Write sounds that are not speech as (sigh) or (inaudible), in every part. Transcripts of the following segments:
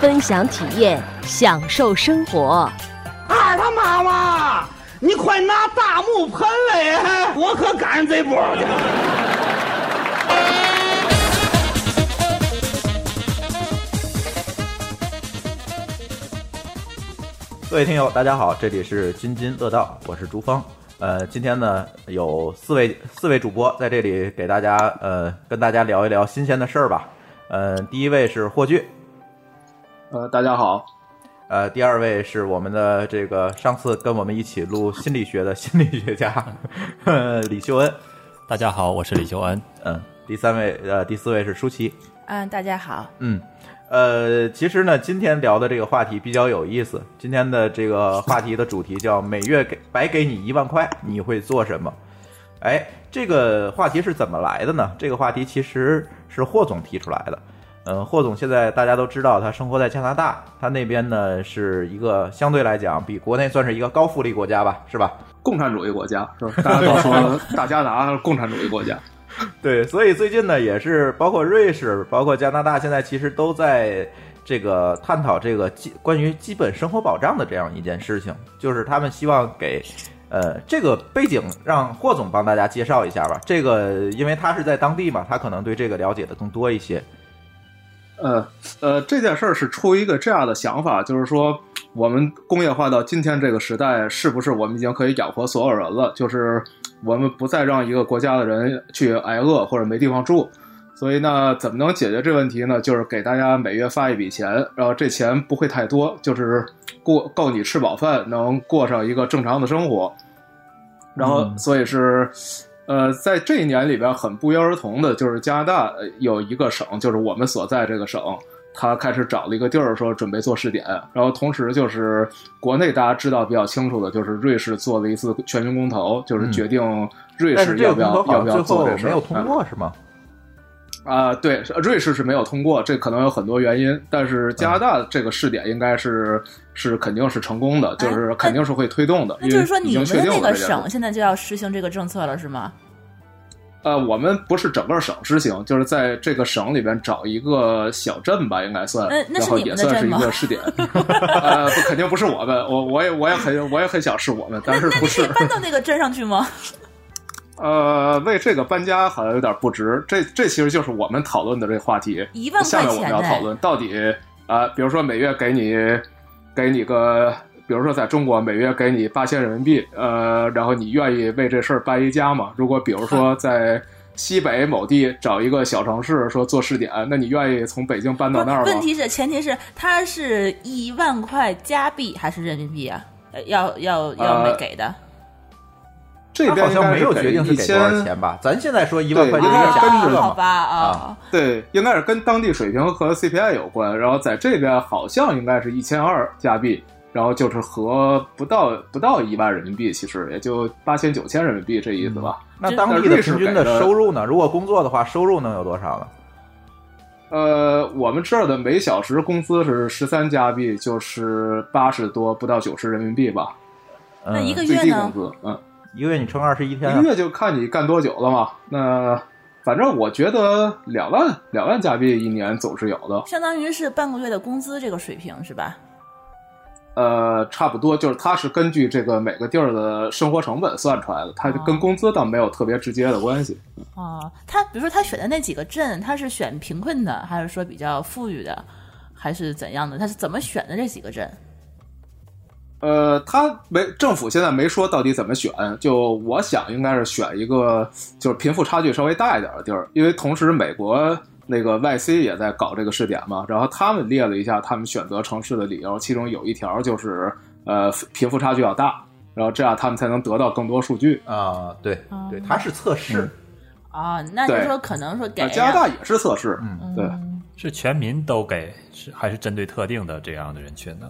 分享体验，享受生活。二他妈妈，你快拿大木盆来，我可赶上这波去了。各位听友，大家好，这里是津津乐道，我是朱峰。呃，今天呢有四位四位主播在这里给大家呃跟大家聊一聊新鲜的事儿吧。呃，第一位是霍炬，呃，大家好，呃，第二位是我们的这个上次跟我们一起录心理学的心理学家 (laughs) 呃李秀恩，大家好，我是李秀恩。嗯，第三位呃第四位是舒淇，嗯，大家好。嗯，呃，其实呢，今天聊的这个话题比较有意思。今天的这个话题的主题叫“每月给白给你一万块，你会做什么？”哎，这个话题是怎么来的呢？这个话题其实是霍总提出来的。嗯，霍总现在大家都知道，他生活在加拿大，他那边呢是一个相对来讲比国内算是一个高福利国家吧，是吧？共产主义国家是吧？ (laughs) 大家都说大加拿大是共产主义国家。对，所以最近呢，也是包括瑞士、包括加拿大，现在其实都在这个探讨这个基关于基本生活保障的这样一件事情，就是他们希望给，呃，这个背景让霍总帮大家介绍一下吧。这个因为他是在当地嘛，他可能对这个了解的更多一些。呃呃，这件事儿是出于一个这样的想法，就是说，我们工业化到今天这个时代，是不是我们已经可以养活所有人了？就是我们不再让一个国家的人去挨饿或者没地方住。所以呢，怎么能解决这问题呢？就是给大家每月发一笔钱，然后这钱不会太多，就是过够你吃饱饭，能过上一个正常的生活。然后，嗯所以是。呃，在这一年里边，很不约而同的，就是加拿大呃有一个省，就是我们所在这个省，它开始找了一个地儿，说准备做试点。然后同时就是国内大家知道比较清楚的，就是瑞士做了一次全民公投，就是决定瑞但是士这要个不公投要、要好不像要最做后这事儿。没有通过是吗？啊、对，瑞士是没有通过，这可能有很多原因，但是加拿嗯大这个试点应该是、是肯定是成功的，就是肯定是会推动的。哎那就是说，因为已经你们确的定那了个这件事省现在就要实行这个政策了，是吗？呃，我们不是整个省实行，就是在这个省里边找一个小镇吧，应该算，那嗯那是然后你也们的算是一镇吗个试点。 (laughs) 呃，不，肯定不是我们，我我也我也很我也很想是我们，但是不可以是。搬到那个镇上去吗？呃，为这个搬家好像有点不值。这这其实就是我们讨论的这个话题。一万下块面我们钱要呢讨论到底啊、呃比如说每月给你给你个，比如说在中国每月给你八千人民币，呃，然后你愿意为这事儿搬一家吗？如果比如说在西北某地找一个小城市说做试点，那你愿意从北京搬到那儿吗？问题是，前提是它是一万块加币还是人民币啊？呃要要要没呃给的，这他边好像没有决定是一给多少千钱吧？咱现在说一万块对钱应该是是假跟设着好嘛？吧啊啊，对，应该是跟当地水平和 CPI 有关，然后在这边好像应该是一千二加币，然后就是合不到不到一万人民币，其实也就八千九千人民币这意思吧。那当地的平均的收入呢？如果工作的话，收入能有多少呢？呃，我们这儿的每小时工资是十三加币，就是八十多不到九十人民币吧，嗯那一个最月低工呢？资。嗯，一个月你乘二十一天一啊个，月就看你干多久了嘛。那反正我觉得两万两万加币一年总是有的。相当于是半个月的工资这个水平是吧？呃，差不多，就是它是根据这个每个地儿的生活成本算出来的，它哦跟工资倒没有特别直接的关系。哦，他比如说他选的那几个镇，他是选贫困的，还是说比较富裕的，还是怎样的？他是怎么选的这几个镇？呃，它没政府现在没说到底怎么选，就我想应该是选一个就是贫富差距稍微大一点的地儿，因为同时美国那个 YC 也在搞这个试点嘛，然后他们列了一下他们选择城市的理由，其中有一条就是呃贫富差距要大，然后这样他们才能得到更多数据。啊，对哦对，它是测试，啊，那就对说可能说给啊呃加拿大也是测试，嗯对。嗯是全民都给，是还是针对特定的这样的人群呢？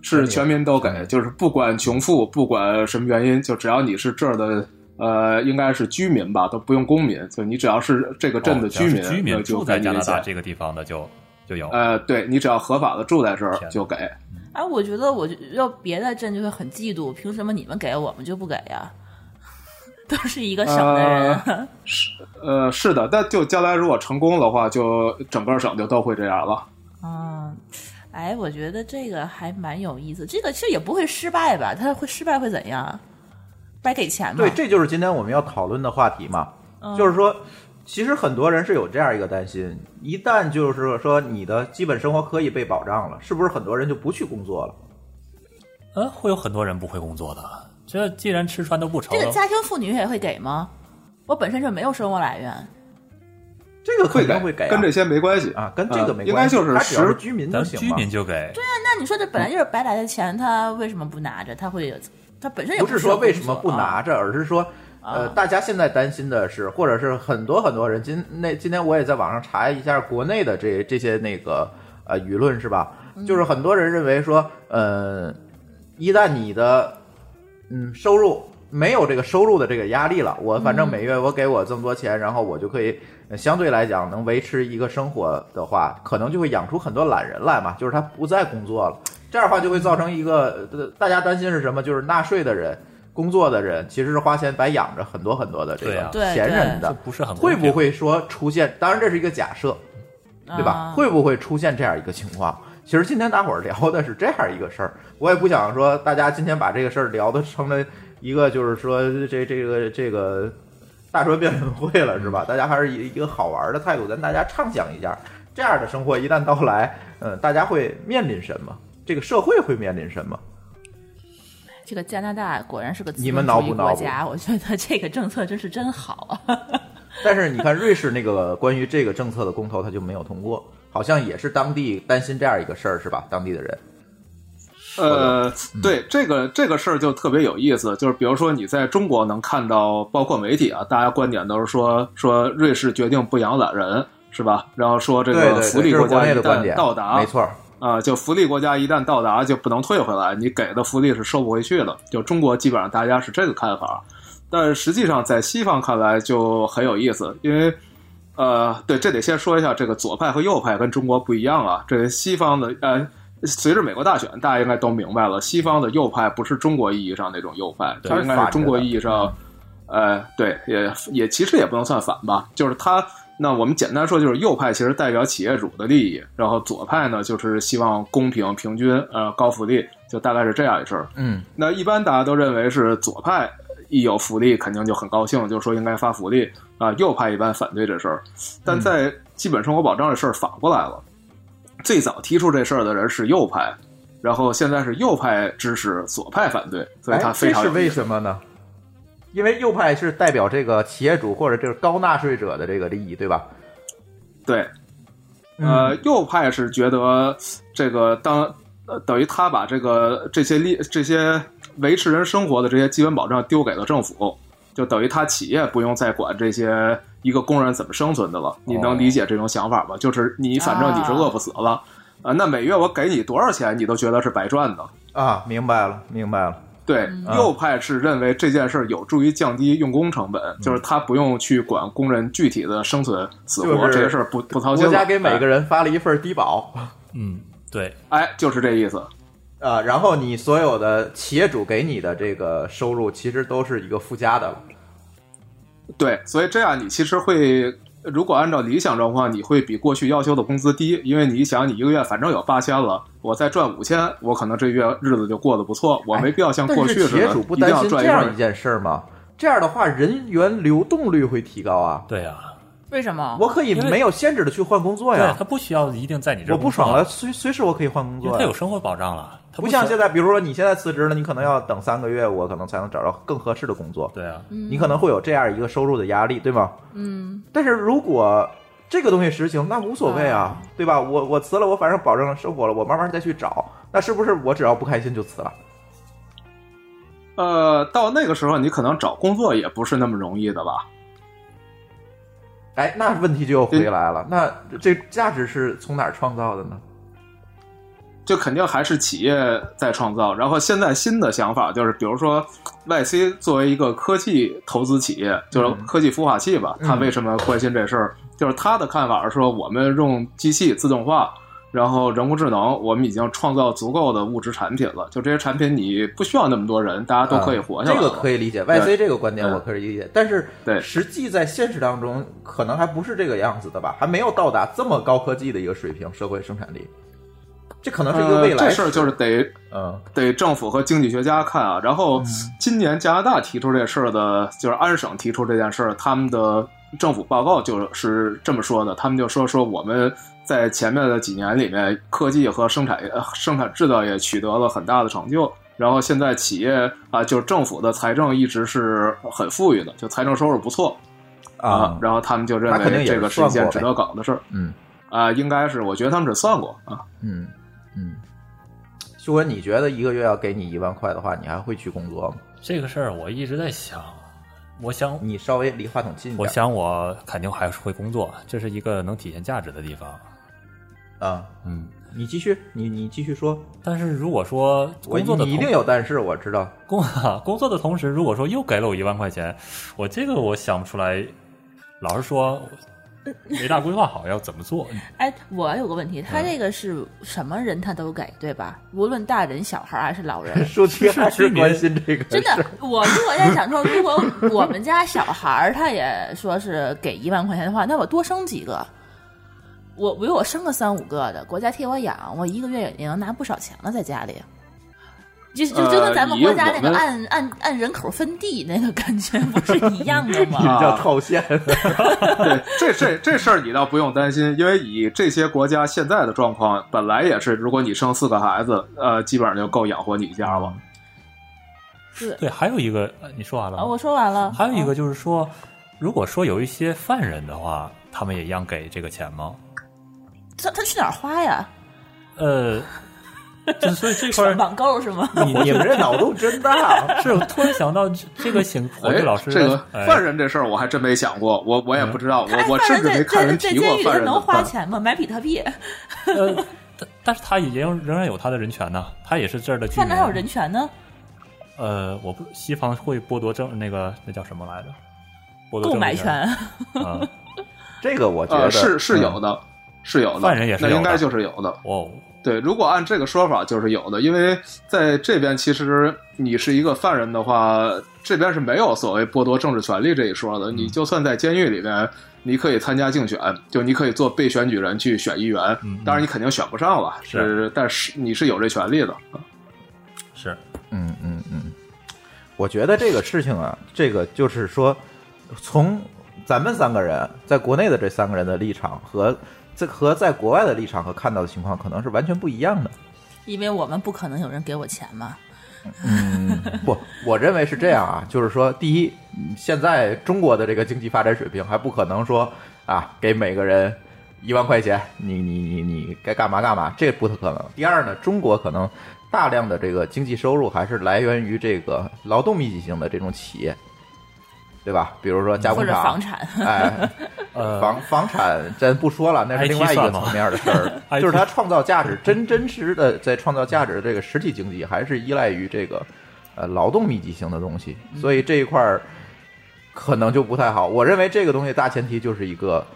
是全民都给，就是不管穷富，不管什么原因，就只要你是这儿的，呃，应该是居民吧，都不用公民，就你只要是这个镇的哦只要居是民，居那民就住给在你加拿一些大这个地方的就就有。呃，对你只要合法的住在这儿天哪就给，哎，我觉得我就要别的镇就会很嫉妒，凭什么你们给我们就不给呀？ (laughs) 都是一个省的人，嗯呃，是的，但就将来如果成功的话，就整个省就都会这样了。 (laughs) 嗯，哎，我觉得这个还蛮有意思。这个其实也不会失败吧？他会失败会怎样？白给钱嗯吗？对，这就是今天我们要讨论的话题嘛，嗯就是说，其实很多人是有这样一个担心，一旦就是说你的基本生活可以被保障了，是不是很多人就不去工作了？呃，会有很多人不会工作的。这既然吃穿都不愁这了，个家庭妇女也会给吗？我本身就没有生活来源，这个肯会定给，会给啊、跟这些没关系呃啊，跟这个没应该关系，就是他只要十是居民就咱行居嘛。民就给。啊那你说这本来就是白来的钱，他为什么不拿着？他会有，他本身也不是是说为什么不拿啊？着，而是说，呃，大家现在担心的是，或者是很多很多人今那今天我也在网上查一下国内的这这些那个呃舆论是吧？就是很多人认为说，呃，一旦你的嗯收入没有这个收入的这个压力了，我反嗯正每月我给我这么多钱，然后我就可以呃相对来讲能维持一个生活的话，可能就会养出很多懒人来嘛，就是他不再工作了。这样的话就会造成一个，呃大家担心是什么？就是纳税的人、工作的人其实是花钱白养着很多很多的这对个啊对闲人这的，不是很公会平不？会说出现？当然这是一个假设，对吧？啊会不会出现这样一个情况？其实今天大伙儿聊的是这样一个事儿，我也不想说大家今天把这个事儿聊的成了一个就是说这这个这个大专辩论会了，是吧？大家还是以一个好玩的态度，咱大家畅想一下，这样的生活一旦到来，嗯，大家会面临什么？这个社会会面临什么？这个加拿大果然是个资你们本脑主义补脑国补家，我觉得这个政策真是真好 (laughs) 啊！但是你看瑞士那个关于这个政策的公投，他就没有通过，好像也是当地担心这样一个事儿，是吧？当地的人，呃，嗯对这个这个事儿就特别有意思，就是比如说你在中国能看到，包括媒体啊，大家观点都是说说瑞士决定不养懒人，是吧？然后说这对个对福对，利这是国国家内一的观旦点，到达没，错儿。啊，就福利国家一旦到达就不能退回来，你给的福利是收不回去的。就中国基本上大家是这个看法，但实际上在西方看来就很有意思，因为呃，对，这得先说一下这个左派和右派跟中国不一样啊。这西方的呃，随着美国大选，大家应该都明白了，西方的右派不是中国意义上那种右派，对它应该是中国意义上，呃，对，也也其实也不能算反吧，就是它。那我们简单说，就是右派其实代表企业主的利益，然后左派呢就是希望公平、平均、呃高福利，就大概是这样一事儿。嗯，那一般大家都认为是左派一有福利肯定就很高兴，就说应该发福利啊、右派一般反对这事儿，嗯但在基本生活保障这事儿反过来了，最早提出这事儿的人是右派，然后现在是右派支持，左派反对，所以哎他非常这有是意为思什么呢？因为右派是代表这个企业主或者这个高纳税者的这个利益，对吧？对，嗯呃，右派是觉得这个当呃等于他把这个这些利这些维持人生活的这些基本保障丢给了政府，就等于他企业不用再管这些一个工人怎么生存的了。哦你能理解这种想法吗？就是你反正你是饿不死了。啊，那每月我给你多少钱，你都觉得是白赚的。啊，明白了，明白了。对，右派是认为这件事儿有助于降低用工成本，嗯就是他不用去管工人具体的生存死活，就是这些事儿不不操心国了。家给每哎个人发了一份低保嗯，对，哎，就是这意思。啊，然后你所有的企业主给你的这个收入，其实都是一个附加的了。对，所以这样你其实会，如果按照理想状况，你会比过去要求的工资低，因为你想，你一个月反正有八千了，我再赚五千，我可能这月日子就过得不错，我没必要像过去哎但是似企业的，主不一定担要心赚这一样份一。件事儿吗？这样的话，人员流动率会提高啊。对啊，为什么？我可以因为没有限制的去换工作对啊呀他。不需要一定在你这儿啊我不工作爽了，，随随时我可以换工啊因作呀。为他有生活保障了，他不像需现在，比如说你现在辞职了，你可能要等三个月，我可能才能找到更合适的工作。对啊，你可能会有这样一个收入的压力，对吗？嗯。但是如果这个东西实行，那无所谓啊，对吧？我我辞了，我反正保证生活了，我慢慢再去找。那是不是我只要不开心就辞了？呃，到那个时候，你可能找工作也不是那么容易的吧？哎，那问题就又回来了，那这价值是从哪儿创造的呢？就肯定还是企业在创造。然后现在新的想法就是，比如说 YC 作为一个科技投资企业，就是科技孵化器吧，他为什么关心这事儿？就是他的看法是说，我们用机器自动化，然后人工智能，我们已经创造足够的物质产品了。就这些产品，你不需要那么多人，大家都可以活下来嗯这了。个可以理解，YC 这个观点我可以理解，但是对实际在现实当中可能还不是这个样子的吧，还没有到达这么高科技的一个水平，社会生产力，这可能是一个呃未来、这事儿就是得嗯得政府和经济学家看啊。然后今年加拿大提出这事儿的，就是安省提出这件事儿，他们的政府报告就是这么说的，他们就说说我们在前面的几年里面，科技和生产呃生产制造业取得了很大的成就。然后现在企业啊，就是政府的财政一直是很富裕的，就财政收入不错啊。然后他们就认那肯定为也是这个是一算件过值呗得搞的事儿嗯啊，应该是，我觉得他们只算过啊。嗯嗯，秀文，你觉得一个月要给你一万块的话，你还会去工作吗？这个事儿我一直在想，我想，你稍微离话筒近一点，我想我肯定还是会工作，这是一个能体现价值的地方。啊、嗯，你继续，你你继续说，但是如果说我工作的你一同定有但是，我知道，，工工作的同时，如果说又给了我一万块钱，我这个我想不出来。老实说，没大规划好要怎么做。哎，我有个问题，他这个是什么人他都给，对吧？无论大人、小孩还是老人舒淇还居是民关心这个事真儿，的，我如果在想说，如果我们家小孩儿他也说是给一万块钱的话，那我多生几个，我比如我生个三五个的，国家替我养，我一个月也能拿不少钱了，在家里。就就就跟呃咱们以国家我那个们按按按人口分地那个感觉不是一样 (laughs) 的吗？叫啊套现，对，这这这事儿你倒不用担心，因为以这些国家现在的状况，本来也是，如果你生四个孩子，呃，基本上就够养活你一家了。对，还有一个，呃你说完了吗啊，我说完了。还有一啊个就是说，如果说有一些犯人的话，他们也一样给这个钱吗？他他去哪儿花呀？呃，就所以这块耍 (laughs) 儿，网购是吗？你你你们们这脑洞真大。 (laughs) 是我突然想到这这个请火炬哎老师这个哎犯人这事儿我还真没想过，我我也不知道，哎我我犯甚人至在没看人在提在监过狱犯人嗯里怎能么花办。钱吗？买比特币，呃，但但是他也仍仍然有他的人权呢、他也是这儿的居犯民。哪有人权呢？呃，我不，西方会剥夺政那个那叫什么来着？剥夺购政买治权。啊、 (laughs) 这个我觉得、呃，是是有嗯的，是有的，犯人也是有那的应该就是有的。哦，对，如果按这个说法，就是有的，因为在这边其实你是一个犯人的话，这边是没有所谓剥夺政治权利这一说的。嗯你就算在监狱里面，你可以参加竞选，就你可以做被选举人去选议员，嗯当然你肯定选不上了，是是，但是你是有这权利的。是嗯嗯嗯，我觉得这个事情啊，这个就是说，从咱们三个人在国内的这三个人的立场和这和在国外的立场和看到的情况，可能是完全不一样的。因为我们不可能有人给我钱嘛。嗯， (laughs) 不，我认为是这样啊，就是说，第一，嗯现在中国的这个经济发展水平还不可能说啊，给每个人一万块钱，你你你你该干嘛干嘛，这不可能。第二呢，中国可能大量的这个经济收入还是来源于这个劳动密集型的这种企业，对吧？比如说加或工者厂，房产， (laughs) 哎，呃房房产咱不说了，那是 IT 另外一个算吗层面的事 (laughs) 儿， IT 就是它创造价值， (laughs) 真真实的在创造价值的这个实体经济，还是依赖于这个呃劳动密集型的东西，嗯所以这一块儿可能就不太好。我认为这个东西大前提就是一个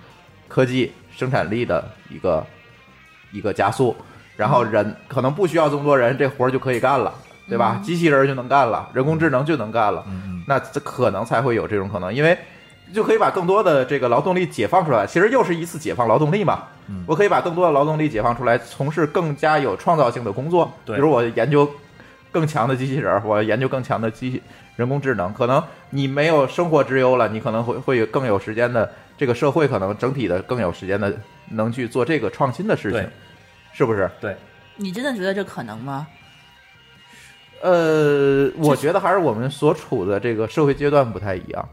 科技生产力的一个一个加速，然后嗯人可能不需要这么多人，这活儿就可以干了。对吧？嗯机器人儿就能干了，人工智能就能干了，那这可能才会有这种可能，因为就可以把更多的这个劳动力解放出来。其实又是一次解放劳动力嘛。嗯我可以把更多的劳动力解放出来，从事更加有创造性的工作。对比如我研究更强的机器人儿，我研究更强的机人工智能。可能你没有生活之忧了，你可能会会有更有时间的，这个社会可能整体的更有时间的能去做这个创新的事情对，是不是？对，你真的觉得这可能吗？呃，我觉得还是我们所处的这个社会阶段不太一样。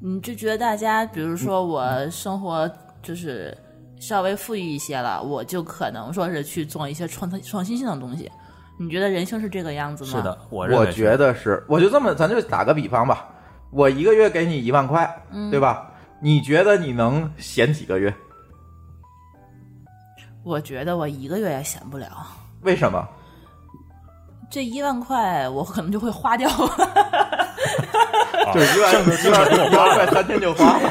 你就觉得大家，比嗯如说我生活就是稍微富裕一些了，我就可能说是去做一些创新创新性的东西。你觉得人生是这个样子吗？是，的，我认我为嗯是觉得是，我就这么，咱就打个比方吧，我一个月给你一万块，对吧？你觉得你能闲几个月？我觉得我一个月也闲不了，为什么？这一万块我可能就会花掉。啊就是一万剩一万一万块三天就花了。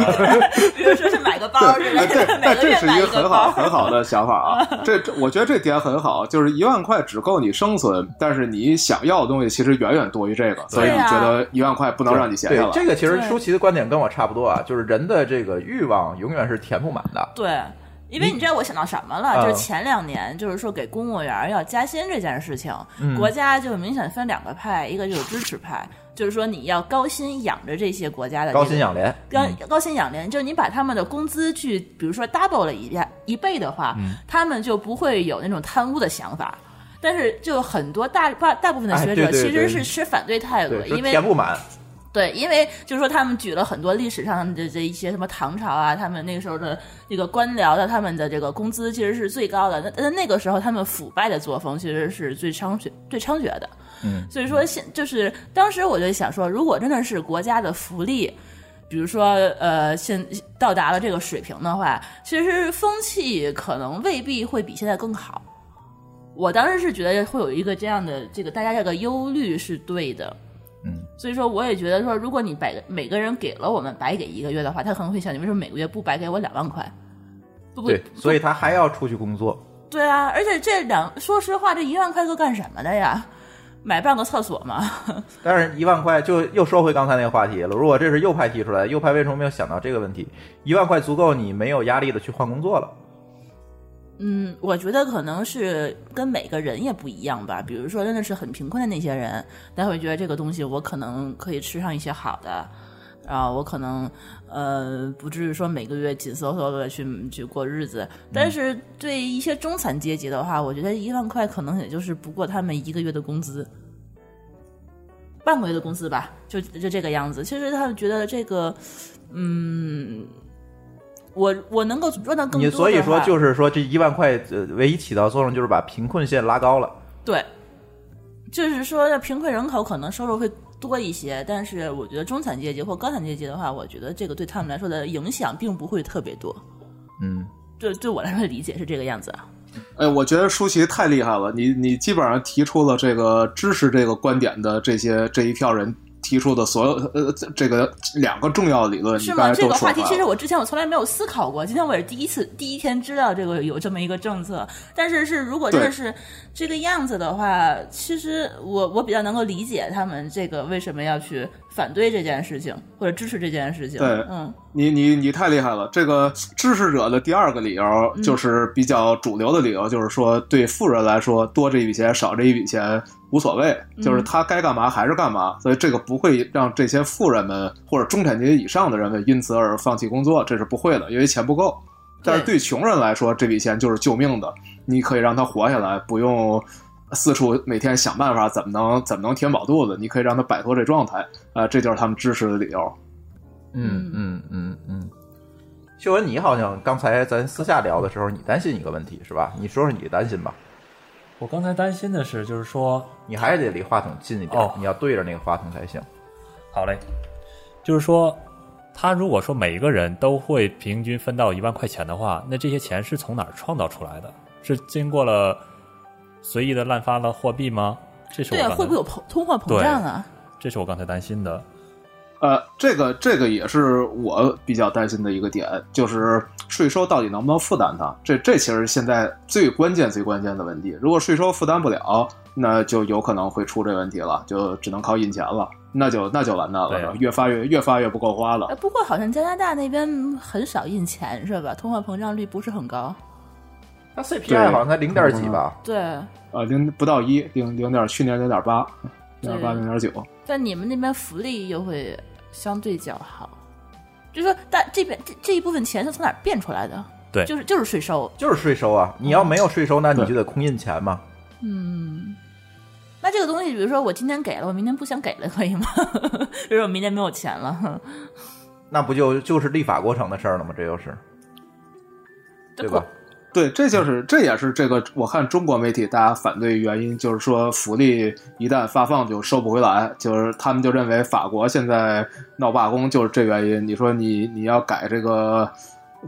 比如哦说是买个包之哎，类对的，，每但个这月是买一个个很好包。很好的想法啊！这这我觉得这点很好，就是一万块只够你生存，但是你想要的东西其实远远多于这个，所以你对啊觉得一万块不能让你闲下对，来。这个其实对舒淇的观点跟我差不多啊，就是人的这个欲望永远是填不满的。对，因为你知道我想到什么啊了？嗯就是前两年，就是说给公务员要加薪这件事情，嗯国家就明显分两个派，一个就是支持派，就是说你要高薪养着这些国家的这个高薪养廉，高嗯高薪养廉，就是你把他们的工资去，比如说 double 了一下一倍的话，嗯他们就不会有那种贪污的想法。但是，就很多大大大部分的哎学对者对其实对是持反对态度，对，就是因为填不满。对，因为就是说他们举了很多历史上的这一些什么唐朝啊，他们那个时候的这个官僚的他们的这个工资其实是最高的，那但是那个时候他们腐败的作风其实是最猖獗、最猖獗的。嗯，所以说现就是当时我就想说，如果真的是国家的福利。比如说，呃，现到达了这个水平的话，其实风气可能未必会比现在更好。我当时是觉得会有一个这样的这个大家这个忧虑是对的，所以说，我也觉得说，如果你百个每个人给了我们白给一个月的话，他可能会想，你为什么每个月不白给我两万块？不不对，所以他还要出去工作。对啊，而且这两说实话，这一万块够干什么的呀？买半个厕所嘛？但是，一万块就又说回刚才那个话题了。如果这是右派提出来，右派为什么没有想到这个问题？一万块足够你没有压力的去换工作了。嗯，我觉得可能是跟每个人也不一样吧。比如说，真的是很贫困的那些人，他会觉得这个东西我可能可以吃上一些好的，啊，我可能呃不至于说每个月紧嗖嗖的去去过日子。嗯但是对一些中产阶级的话，我觉得一万块可能也就是不过他们一个月的工资，半个月的工资吧，就就这个样子。其实他们觉得这个，嗯。我我能够赚到更多你的所以说话就是说，这一万块呃，唯一起到作用就是把贫困线拉高了。对，就是说那贫困人口可能收入会多一些，但是我觉得中产阶级或高产阶级的话，我觉得这个对他们来说的影响并不会特别多。嗯，对，对我来说的理解是这个样子啊。哎，我觉得舒淇太厉害了，你你基本上提出了这个支持这个观点的这些这一票人提出的所有呃这个两个重要理论，你是刚吗？才这都个说话出题来其实了。我之前我从来没有思考过，今天我也是第一次第一天知道这个有这么一个政策。但是是如果真的对是这个样子的话，其实我我比较能够理解他们这个为什么要去反对这件事情或者支持这件事情。对嗯，你你你太厉害了！这个支持者的第二个理由嗯就是比较主流的理由，就是说对富人来说多这一笔钱少这一笔钱无所谓，就是他该干嘛还是干嘛，所以这个不会让这些富人们或者中产阶级以上的人们因此而放弃工作，这是不会的，因为钱不够。但是对穷人来说，这笔钱就是救命的，你可以让他活下来，不用四处每天想办法怎么能怎么能填饱肚子，你可以让他摆脱这状态，呃，这就是他们支持的理由。嗯嗯嗯嗯。秀文，你好像刚才咱私下聊的时候，你担心一个问题是吧？你说说你的担心吧。我刚才担心的是，就是说，你还是得离话筒近一点，哦你要对着那个话筒才行。好嘞，就是说，他如果说每一个人都会平均分到一万块钱的话，那这些钱是从哪儿创造出来的？是经过了随意的滥发了货币吗？这是我对啊，刚才会不会有膨通货膨对胀啊？这是我刚才担心的。呃，这个这个也是我比较担心的一个点，就是税收到底能不能负担它？这这其实现在最关键最关键的问题。如果税收负担不了，那就有可能会出这问题了，就只能靠印钱了，那就那就完蛋对了，越发越越发越不够花了哎，。不过好像加拿大那边很少印钱是吧？通货膨胀率不是很高。它对 CPI 好像才零点几吧？对，呃，零不到一，零零点去年零点八，零点八对零点九，但你们那边福利又会相对较好，就说大这边这这一部分钱是从哪儿变出来的？对就是就是税收。就是税收啊！你要没有税收，那你对就得空印钱嘛。嗯，那这个东西，比如说我今天给了，我明天不想给了，可以吗？ (laughs) 比如说我明天没有钱了， (laughs) 那不就就是立法过程的事儿了吗？这又是，对吧？对，这就是这也是这个我看中国媒体大家反对原因，就是说福利一旦发放就收不回来，就是他们就认为法国现在闹罢工就是这原因。你说你你要改这个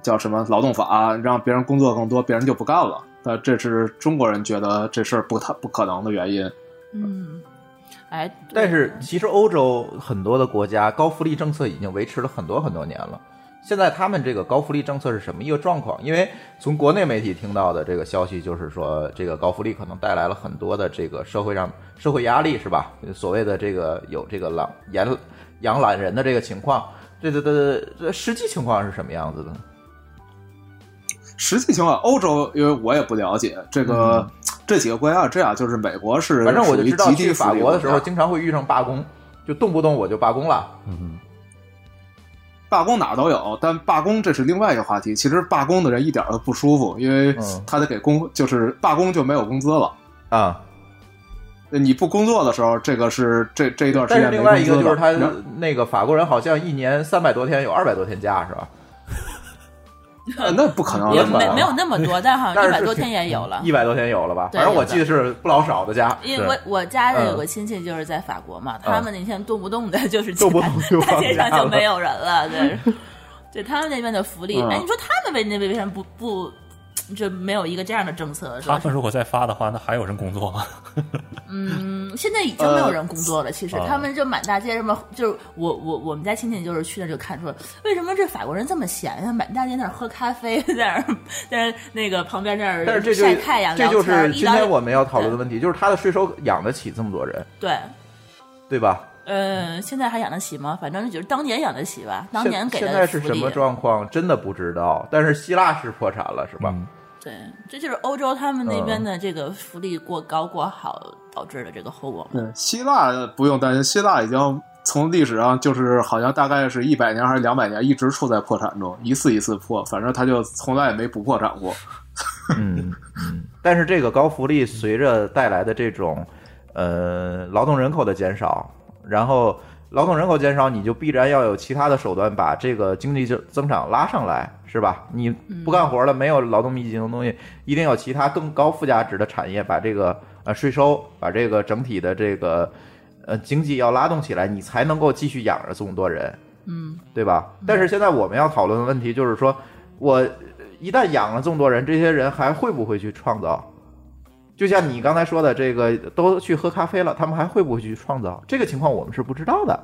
叫什么劳动法，让别人工作更多，别人就不干了。那这是中国人觉得这事儿不太不可能的原因。嗯，哎，对但是其实欧洲很多的国家高福利政策已经维持了很多很多年了。现在他们这个高福利政策是什么一个状况？因为从国内媒体听到的这个消息就是说，这个高福利可能带来了很多的这个社会上社会压力，是吧？所谓的这个有这个狼养养懒人的这个情况，这这这这实际情况是什么样子的呢？实际情况，欧洲因为我也不了解这个、这几个国家是这样，就是美国是嗯反正我就属于知道极去低法福利国的时候，国家经常会遇上罢工，就动不动我就罢工了。罢工哪儿都有，但罢工这是另外一个话题。其实罢工的人一点儿都不舒服，因为嗯他得给工，就是罢工就没有工资了。啊、你不工作的时候，这个是这这一段时但是另间没工资外一个就是了他然那个法国人好像一年三百多天有二百多天假是吧？呃那不可能，也可能没没有那么多，但好像啊一但百是多天也有了。一百多天有了吧？对反正我有的记得是不老少的假，因为我我家的有嗯个亲戚就是在法国嘛，他们那天动不动的 (laughs) 就是动不动就大放街假上就了没有人了，对， (laughs) 对他们那边的福利，嗯哎，你说他们为那为什么不不就没有一个这样的政策？是他吧？们如果再发的话，那还有人工作吗？ (laughs) 嗯，现在已经没有人工作了。其实呃啊他们就满大街这么，就是我我我们家亲戚就是去那就看说，为什么这法国人这么闲呀？满大街那儿喝咖啡，在那儿在那儿那个旁边那儿但是这就晒太阳这聊就是天儿，一今聊天我们要讨论的问题，就是他的税收养得起这么多人，对。对吧？呃，现在还养得起吗？反正就是当年养得起吧，当年现给的现在是福什利么状况，真的不知道。但是希腊是破产了，是吧？嗯对，这就是欧洲他们那边的这个福利过高过好导致的这个后果嘛。嗯对希腊不用担心，希腊已经从历史上就是好像大概是一百年还是两百年一直处在破产中，一次一次破，反正他就从来也没不破产过。 (laughs) 嗯，嗯但是这个高福利随着带来的这种呃劳动人口的减少，然后劳动人口减少，你就必然要有其他的手段把这个经济增增长拉上来，是吧？你不干活了，没有劳动密集型的东西，一定有其他更高附加值的产业把这个呃税收，把这个整体的这个呃经济要拉动起来，你才能够继续养着这么多人。嗯，对吧？但是现在我们要讨论的问题就是说，我一旦养了这么多人，这些人还会不会去创造？就像你刚才说的，这个都去喝咖啡了，他们还会不会去创造？这个情况我们是不知道的。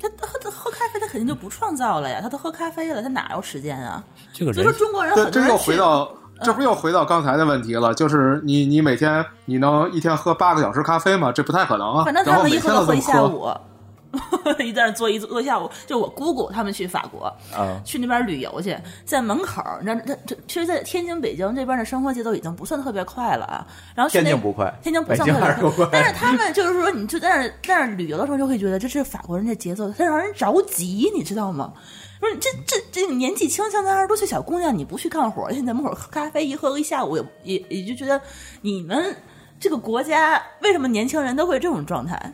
他喝喝咖啡，他肯定就不创造了呀，他都喝咖啡了，他哪有时间啊？这个所以人说中国人 (laughs) 这很多这人又去回到这不又回到刚才的问题了，就是你你每天你能一天喝八个小时咖啡吗？这不太可能啊。反正然他后们一每喝天就都喝这一么下喝，午， (laughs) 一在那儿坐一坐一下午。就我姑姑他们去法国，啊去那边旅游去，在门口儿，那这这其实，在天津、北京这边的生活节奏已经不算特别快了啊。然后去天那津不快，天津不北算京还特是不别快快，。但是他们就是说，你就在那儿在那儿旅游的时候，就会觉得这是法国人的节奏，他让人着急，你知道吗？不是这这这个年纪轻轻的二十多岁小姑娘，你不去干活，现在门口喝咖啡一喝个一下午，也也也就觉得你们这个国家为什么年轻人都会这种状态？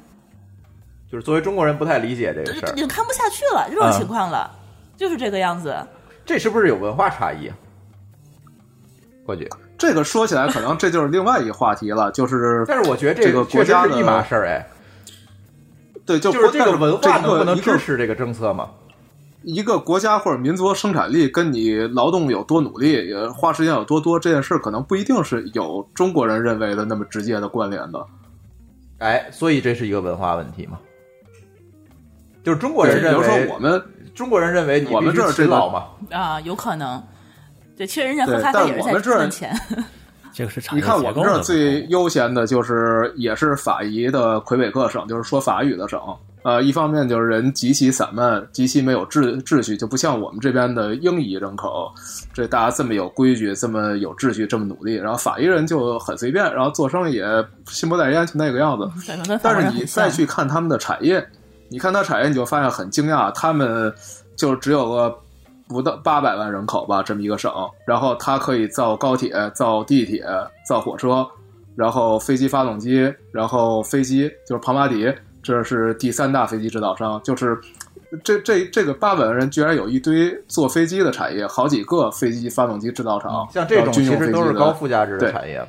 就是作为中国人不太理解这个事儿嗯就，就看不下去了，这种情况了，就是这个样子。这是不是有文化差异啊？过去，这个说起来可能这就是另外一个话题了，就是但是我觉得这个个确国实家是的一码事儿，哎，对，就就是这但个文这化一能不个能一个支持这个政策嘛？一个国家或者民族的生产力跟你劳动有多努力、也花时间有多多这件事，可能不一定是有中国人认为的那么直接的关联的。哎，所以这是一个文化问题嘛？就是中国人比认如为，说我们中国人认为你我们必须这儿勤这个劳嘛，啊，有可能。对，其实人家喝对咖啡但也是我们在这儿赚钱。 (laughs) 这个是产你业看结我构们这的儿不最同。悠闲的就是也是法裔的魁北克省，就是说法语的省。呃，一方面就是人极其散漫，极其没有秩秩序，就不像我们这边的英裔人口，这大家这么有规矩，这么有秩序，这么努力。然后法裔人就很随便，然后做生意也心不在焉，就那个样子。对跟法但国人是很你像再去看他们的产业，你看他产业，你就发现很惊讶，他们就只有个不到八百万人口吧，这么一个省，然后它可以造高铁、造地铁、造火车，然后飞机发动机，然后飞机就是庞巴迪，这是第三大飞机制造商，就是这这这个八百万人居然有一堆坐飞机的产业，好几个飞机发动机制造厂，嗯像这然种后其啊军用实飞都机是的高附加值的对产业。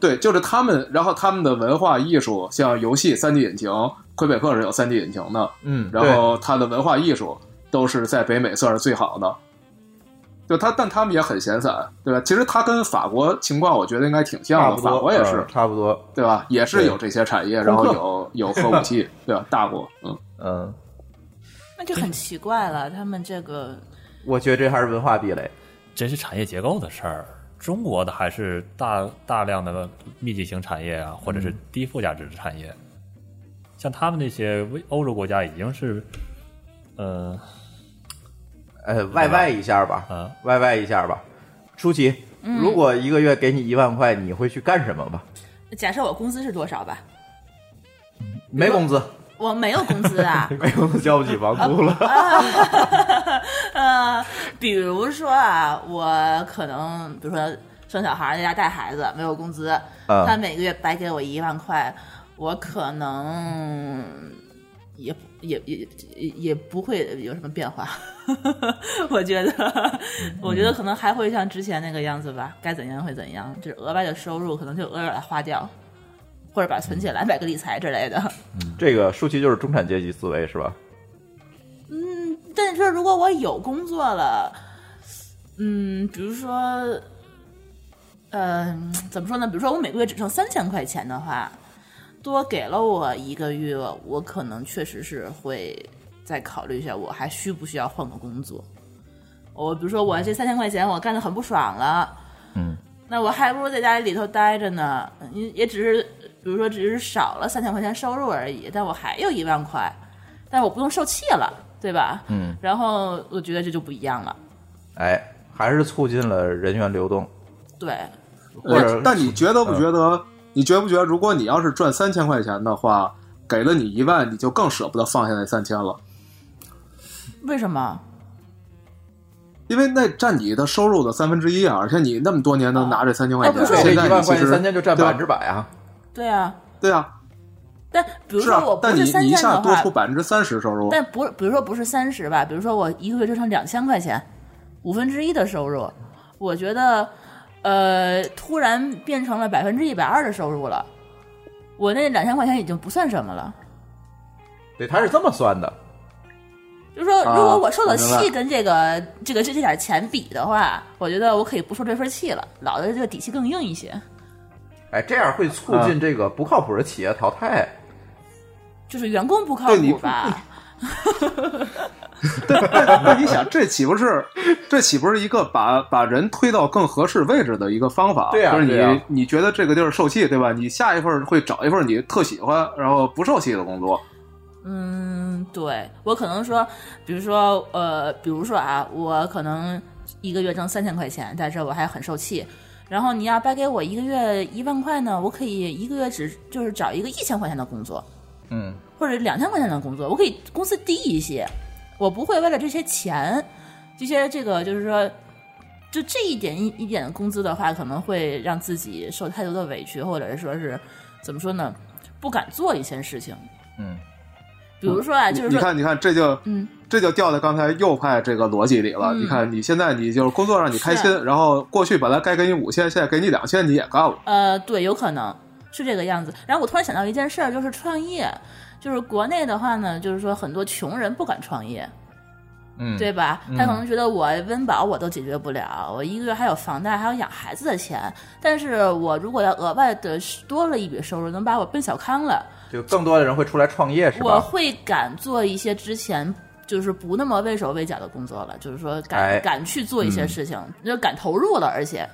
对，就是他们，然后他们的文化艺术，像游戏三 D 引擎，魁北克是有三 D 引擎的，嗯，然后它的文化艺术都是在北美算是最好的。就他，但他们也很闲散，对吧？其实他跟法国情况，我觉得应该挺对差像不的。多，法国也是嗯，差不多。对吧？也是对有这些产业，然后攻克有有核 (laughs) 武器，对吧？大国，嗯，嗯，那就很奇怪了。他们这个我觉得这还是文化壁垒。真是产业结构的事儿。中国的还是大大量的密集型产业啊，或者嗯是低附加值的产业，像他们那些微欧洲国家已经是，呃呃，YY 一下吧，啊，YY 一下吧。舒淇，嗯如果一个月给你一万块，你会去干什么吧？假设我工资是多少吧？没工资，我没有工 (laughs) 资啊 (laughs) ，没工资交不起房租了。呃，比如说啊，我可能比如说生小孩在家带孩子，没有工资， (laughs) 嗯他每个月白给我一万块，我可能也也也也也不会有什么变化。 (laughs) 我觉得，我觉得可能还会像之前那个样子吧，该怎样会怎样，就是额外的收入可能就额外把它花掉，或者把它存起来买个理财之类的。 (laughs) 这个舒淇就是中产阶级思维是吧？但你说如果我有工作了，嗯，比如说，嗯、怎么说呢？比如说我每个月只剩三千块钱的话，多给了我一个月，我可能确实是会再考虑一下，我还需不需要换个工作。我比如说我这三千块钱我干的很不爽了，嗯，那我还不如在家里头待着呢，也也只是比如说只是少了三千块钱收入而已，但我还有一万块，但是我不用受气了，对吧？嗯，然后我觉得这就不一样了，哎，还是促进了人员流动，对，或者嗯呃但你觉得不觉得？你觉不觉得，如果你要是赚三千块钱的话，给了你一万，你就更舍不得放下那三千了，为什么？因为那占你的收入的三分之一啊！而且你那么多年能拿这三千块啊钱，不是这现一在万块你其钱实三千就占对百吧分之百啊！对啊，对啊，但比如是说啊我，不但你是三你一千下的多话出，百分之三十收入，但不，比如说不是三十吧，比如说我一个月就剩两千块钱，五分之一的收入，我觉得，呃，突然变成了百分之一百二的收入了，我那两千块钱已经不算什么了。对，他是这么算的。就是说，啊如果我受的我明气跟这个、这个这这点钱比的话，我觉得我可以不受这份气了，老的这个底气更硬一些。哎，这样会促进这个不靠谱的企业淘汰。就是员工不靠对你谱吧？ (laughs) 那你想，这岂不是这岂不是一个把把人推到更合适位置的一个方法？对啊就是你、对啊你觉得这个地儿受气，对吧？你下一份儿会找一份儿你特喜欢，然后不受气的工作。嗯，对我可能说，比如说呃，比如说啊，我可能一个月挣三千块钱，但是我还很受气。然后你要掰给我一个月一万块呢，我可以一个月只就是找一个一千块钱的工作，嗯，或者两千块钱的工作，我可以工资低一些，我不会为了这些钱，这些这个就是说，就这一点一一点的工资的话，可能会让自己受太多的委屈，或者是说是怎么说呢，不敢做一些事情。嗯，比如说啊，你就是你说，看，你看，这就嗯，这就掉在刚才右派这个逻辑里了。嗯啊你看，你现在你就是工作让你开心，然后过去本来该给你五千，现在给你两千，你也干了。呃，对，有可能是这个样子。然后我突然想到一件事儿，就是创业，就是国内的话呢，就是说很多穷人不敢创业，嗯对吧？嗯他可能觉得我温饱我都解决不了，我一个月还有房贷，还有养孩子的钱，但是我如果要额外的多了一笔收入，能把我奔小康了，就更多的人会出来创业，是我吧？会敢做一些之前。就是不那么畏手畏脚的工作了，就是说敢、哎敢去做一些嗯事情，就敢投入了，而且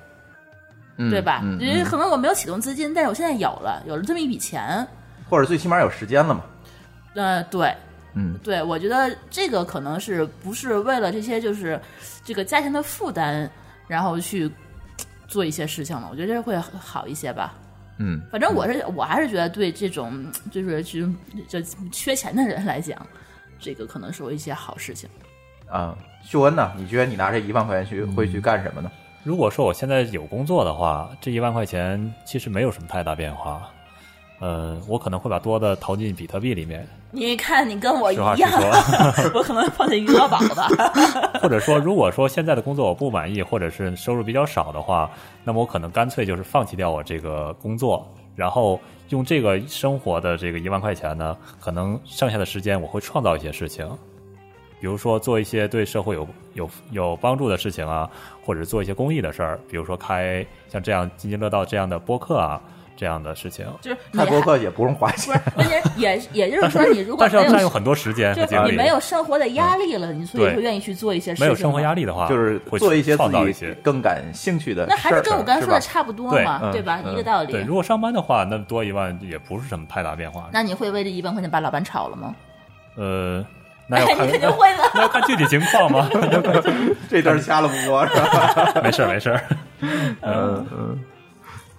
嗯对吧？嗯因为嗯可能我没有启动资金，但是我现在有了，有了这么一笔钱，或者最起码有时间了嘛。呃，对嗯，对，我觉得这个可能是不是为了这些就是这个家庭的负担，然后去做一些事情了，我觉得这会好一些吧。嗯，反正我是我还是觉得对这种就是这这缺钱的人来讲，这个可能是有一些好事情。啊，秀恩呢？你觉得你拿这一万块钱去嗯会去干什么呢？如果说我现在有工作的话，这一万块钱其实没有什么太大变化。呃，我可能会把多的投进比特币里面，你看，你跟我一实话实样， (laughs) 我可能放进余额宝 (laughs) 的。或者说，如果说现在的工作我不满意，或者是收入比较少的话，那么我可能干脆就是放弃掉我这个工作，然后用这个生活的这个一万块钱呢，可能剩下的时间我会创造一些事情，比如说做一些对社会有有有帮助的事情啊，或者做一些公益的事儿，比如说开像这样津津乐道这样的播客啊，这样的事情。 (laughs) 就是你开还播客也不用花不钱是，，关键也也就是但说，你如是果但是要没有占用很多时间和精就力，你没有生活的压力了，你所以对会愿意去做一些事情。没有生活压，力的话，就是啊会做一些创造一自些己更感兴趣的事那儿，还是跟我刚才说的是吧差不多对嘛，嗯对吧？嗯一个道理对，。如果上班的话，那多一万也不是什么太大变化。那你会为这一万块钱把老板炒了吗？呃，那哎要，看、你肯定会的。那要看具体情 (laughs) 况吗？这段掐了不播 (laughs) 是吧？没事儿没事儿，嗯嗯。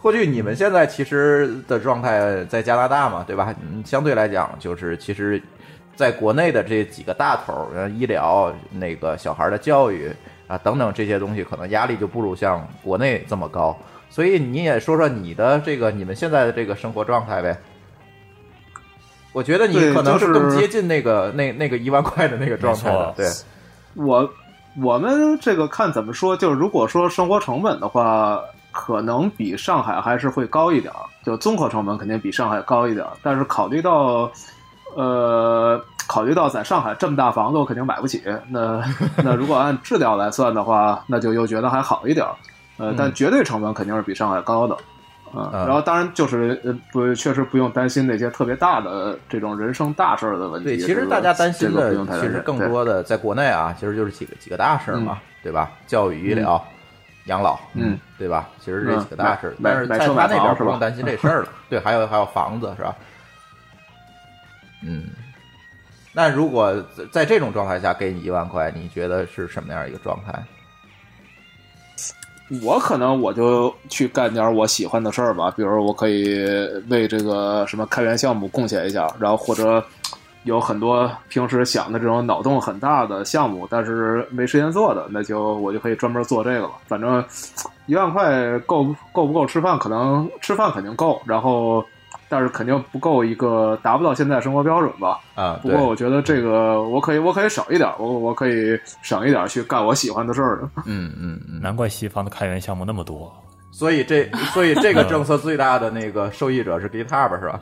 霍炬，你们现在其实的状态在加拿大嘛，对吧？嗯相对来讲，就是其实在国内的这几个大头儿，呃医疗、那个小孩儿的教育啊等等这些东西，可能压力就不如像国内这么高。所以你也说说你的这个你们现在的这个生活状态呗。我觉得你对可能就是是更接近那个、那那个一万块的那个状态了没错，对。我我们这个看怎么说，就是如果说生活成本的话，可能比上海还是会高一点儿，就综合成本肯定比上海高一点儿。但是考虑到，呃，考虑到在上海这么大房子，我肯定买不起。那那如果按质量来算的话，那就又觉得还好一点儿。呃，但嗯绝对成本肯定是比上海高的。啊、嗯然后当然就是呃，不，确实不用担心那些特别大的这种人生大事儿的问题。对，其这实个大家担心这个的不用太其担心实更对多的在国内啊，其实就是几个几个大事儿嘛，对吧？教育、医疗、养老，嗯，对吧？其实这嗯几个大事儿，买但是在买买车他那买房边是不吧用担心这事儿了。对，还有还有房子是吧？嗯，那如果在在这种状态下给你一万块，你觉得是什么样一个状态？我可能我就去干点我喜欢的事儿吧，比如我可以为这个什么开源项目贡献一下，然后或者有很多平时想的这种脑洞很大的项目，但是没时间做的，那就我就可以专门做这个了。反正一万块够不够不够吃饭？可能吃饭肯定够，然后但是肯定不够一个达不到现在生活标准吧。啊，不对过，我觉得这个我可以我可以省一点，我我可以省一点去干我喜欢的事儿的。嗯嗯嗯。难怪西方的开源项目那么多。所以这所以嗯这个政策最大的那个受益者是 GitHub 是吧？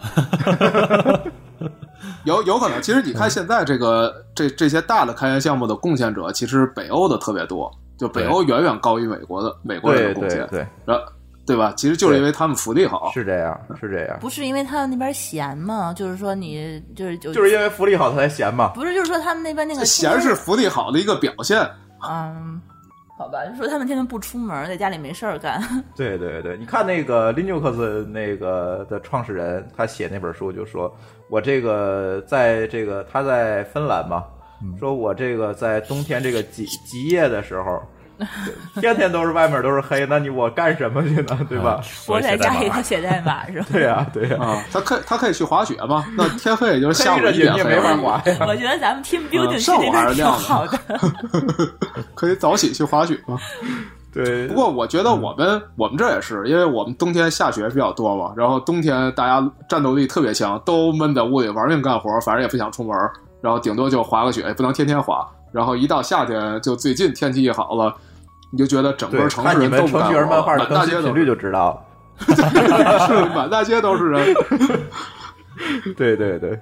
有有可能，其实你嗯看现在这个这这些大的开源项目的贡献者，其实北欧的特别多，就北欧远远高于美国的美国对人的贡对献，对，然后对吧？其实就是对因为他们福利好，是这样，是这样。不是因为他们那边闲嘛，就是说你就是就就是因为福利好，他才闲嘛。不是就是说他们那边那个闲是福利好的一个表现。嗯，好吧，就说他们天天不出门，在家里没事儿干。对对对，你看那个 Linux 那个的创始人，他写那本书就说，我这个在这个他在芬兰嘛，嗯说我这个在冬天这个极极夜的时 (laughs) 候，天天都是外面都是黑，那你我干什么去 (laughs) 呢？对吧？ (laughs) 我我在写家里代码头写代码是吧？对呀、对呀、啊，他可以他可以去滑雪嘛？那天黑也就是下午黑着嗯一你点你也黑没法了，滑呀。 (laughs) 我觉得咱们 team 嗯 building 上午这还个是挺亮的好的。可以早起去滑雪嘛。对，不过我觉得我嗯们我们这也是，因为我们冬天下雪比较多嘛，然后冬天大家战斗力特别强，都闷在屋里玩命干活，反正也不想出门，然后顶多就滑个雪，也不能天天滑。然后一到夏天，就最近天气一好了，你就觉得整对个，城看市你人们都不程干序活员漫了，画的满大更街新都频率就知道了。是 (laughs) 满大街都是人。 (laughs) 对对对，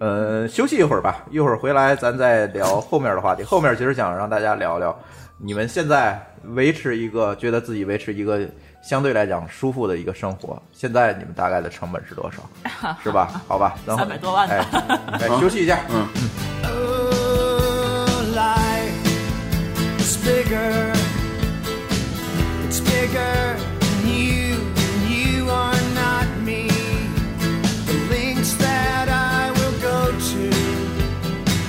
呃，休息一会儿吧，一会儿回来咱再聊后面的话题。后面其实想让大家聊聊，你们现在维持一个觉得自己维持一个相对来讲舒服的一个生活，现在你们大概的成本是多少？是吧？ (laughs) 好吧，等会儿300多万呢哎，哎休息一下。嗯， Oh, life is bigger. It's bigger than you, and you are not me. The links that I will go to,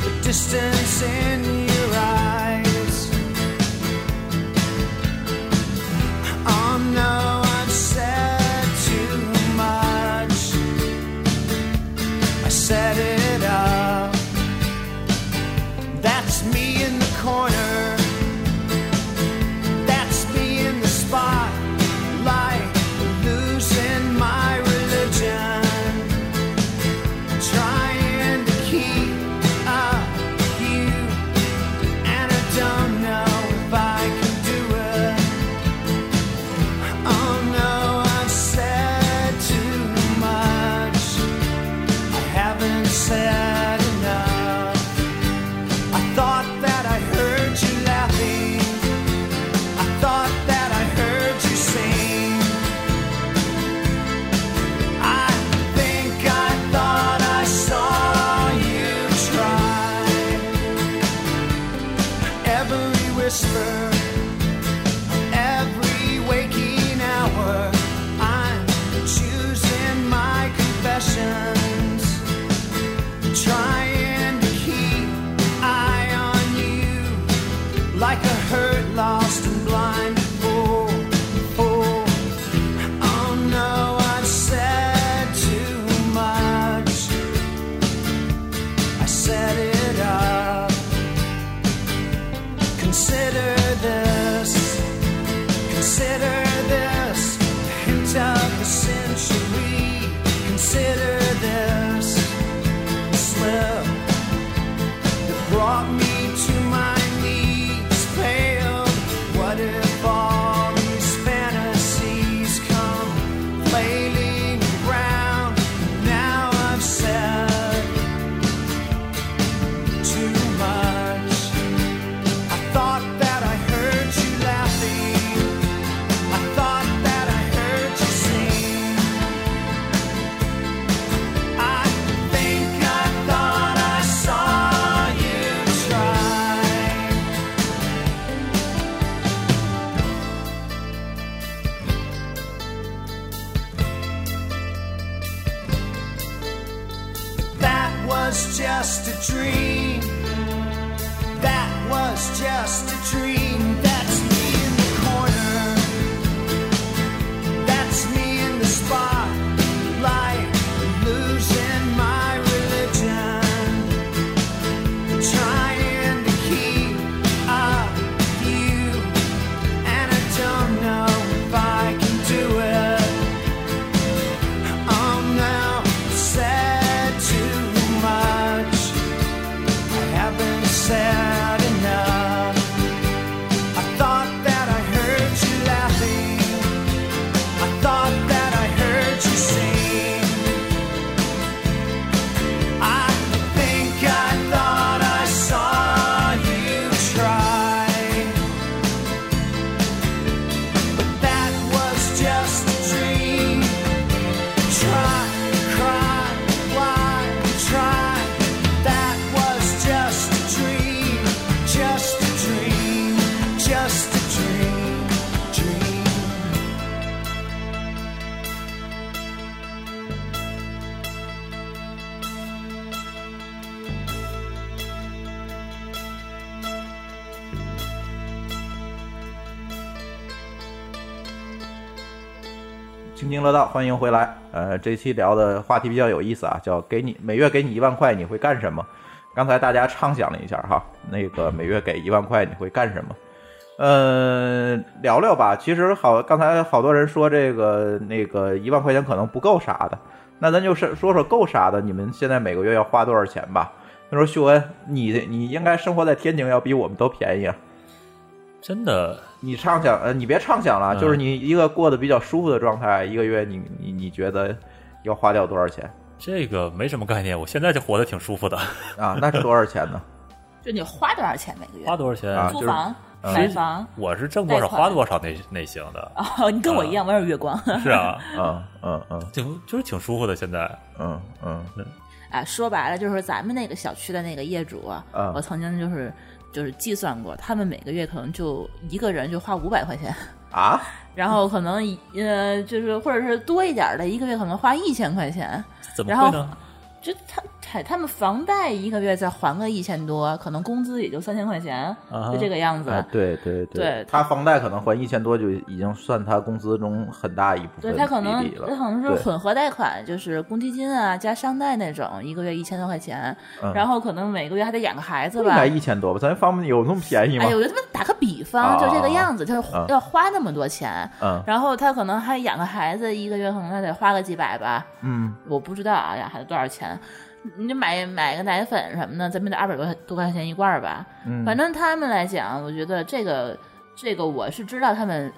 the distance in your eyes. Oh no, I've said too much. I set it up. That's me in the corner. That's me in the spotlight. Oh, Oh, was just a dream. That was just a dream. That's me in the corner. That's me in the spotlight. Losing my religion. Trying to keep up with you. And I don't know if I can do it. Oh, I'm now sad too much. I haven't said enough. I thought that I heard you laughing. I thought that I heard you sing. I think I thought I saw you try. But that was just a dream. Try, cry, why try? That was just a dream, just a dream, just a dream, dream. 津津乐道，欢迎回来。呃，这期聊的话题比较有意思啊，叫给你每月给你一万块，你会干什么？刚才大家畅想了一下哈，那个每月给一万块你会干什么？呃，聊聊吧。其实好，刚才好多人说这个那个一万块钱可能不够啥的，那咱就是说说够啥的。你们现在每个月要花多少钱吧？他说：“秀恩，你你应该生活在天津，要比我们都便宜啊。真的你畅想，呃，你别畅想了，嗯就是你一个过得比较舒服的状态，一个月你你你觉得要花掉多少钱这个没什么概念，我现在就活得挺舒服 (laughs) 的。啊？那是多少钱呢？ (laughs) 就你花多少钱每个月？花多少钱？啊租就是房、嗯买房？我是挣多少贷款花多少那那型的，哦，你跟我一样，我也是月光。是啊，嗯嗯嗯挺就是挺舒服的。现 (laughs) 在嗯嗯，啊，说白了就是咱们那个小区的那个业主啊，嗯我曾经就是就是计算过，他们每个月可能就一个人就花五百块钱， (laughs) 啊，然后可能一呃就是或者是多一点儿的，一个月可能花一千块钱，怎么然会后呢？就他哎他他们房贷一个月再还个一千多，可能工资也就三千块钱，啊就这个样子。啊对对对他房贷可能还一千多就已经算他工资中很大一部对分他可能比例他了，可能是对混合贷款，就是公积金啊加商贷那种，一个月一千多块钱，嗯然后可能每个月还得养个孩子应吧，该一千多吧？咱房子有那么便宜吗哎？呦，我就他妈打个比方，就这个样子，就是啊要花那么多钱，嗯然后他可能还养个孩子，一个月可能还得花个几百吧，嗯我不知道啊，养孩子多少钱。你买买个奶粉什么的，咱们得二百多多块钱一罐儿吧。嗯，反正他们来讲，我觉得这个这个我是知道他们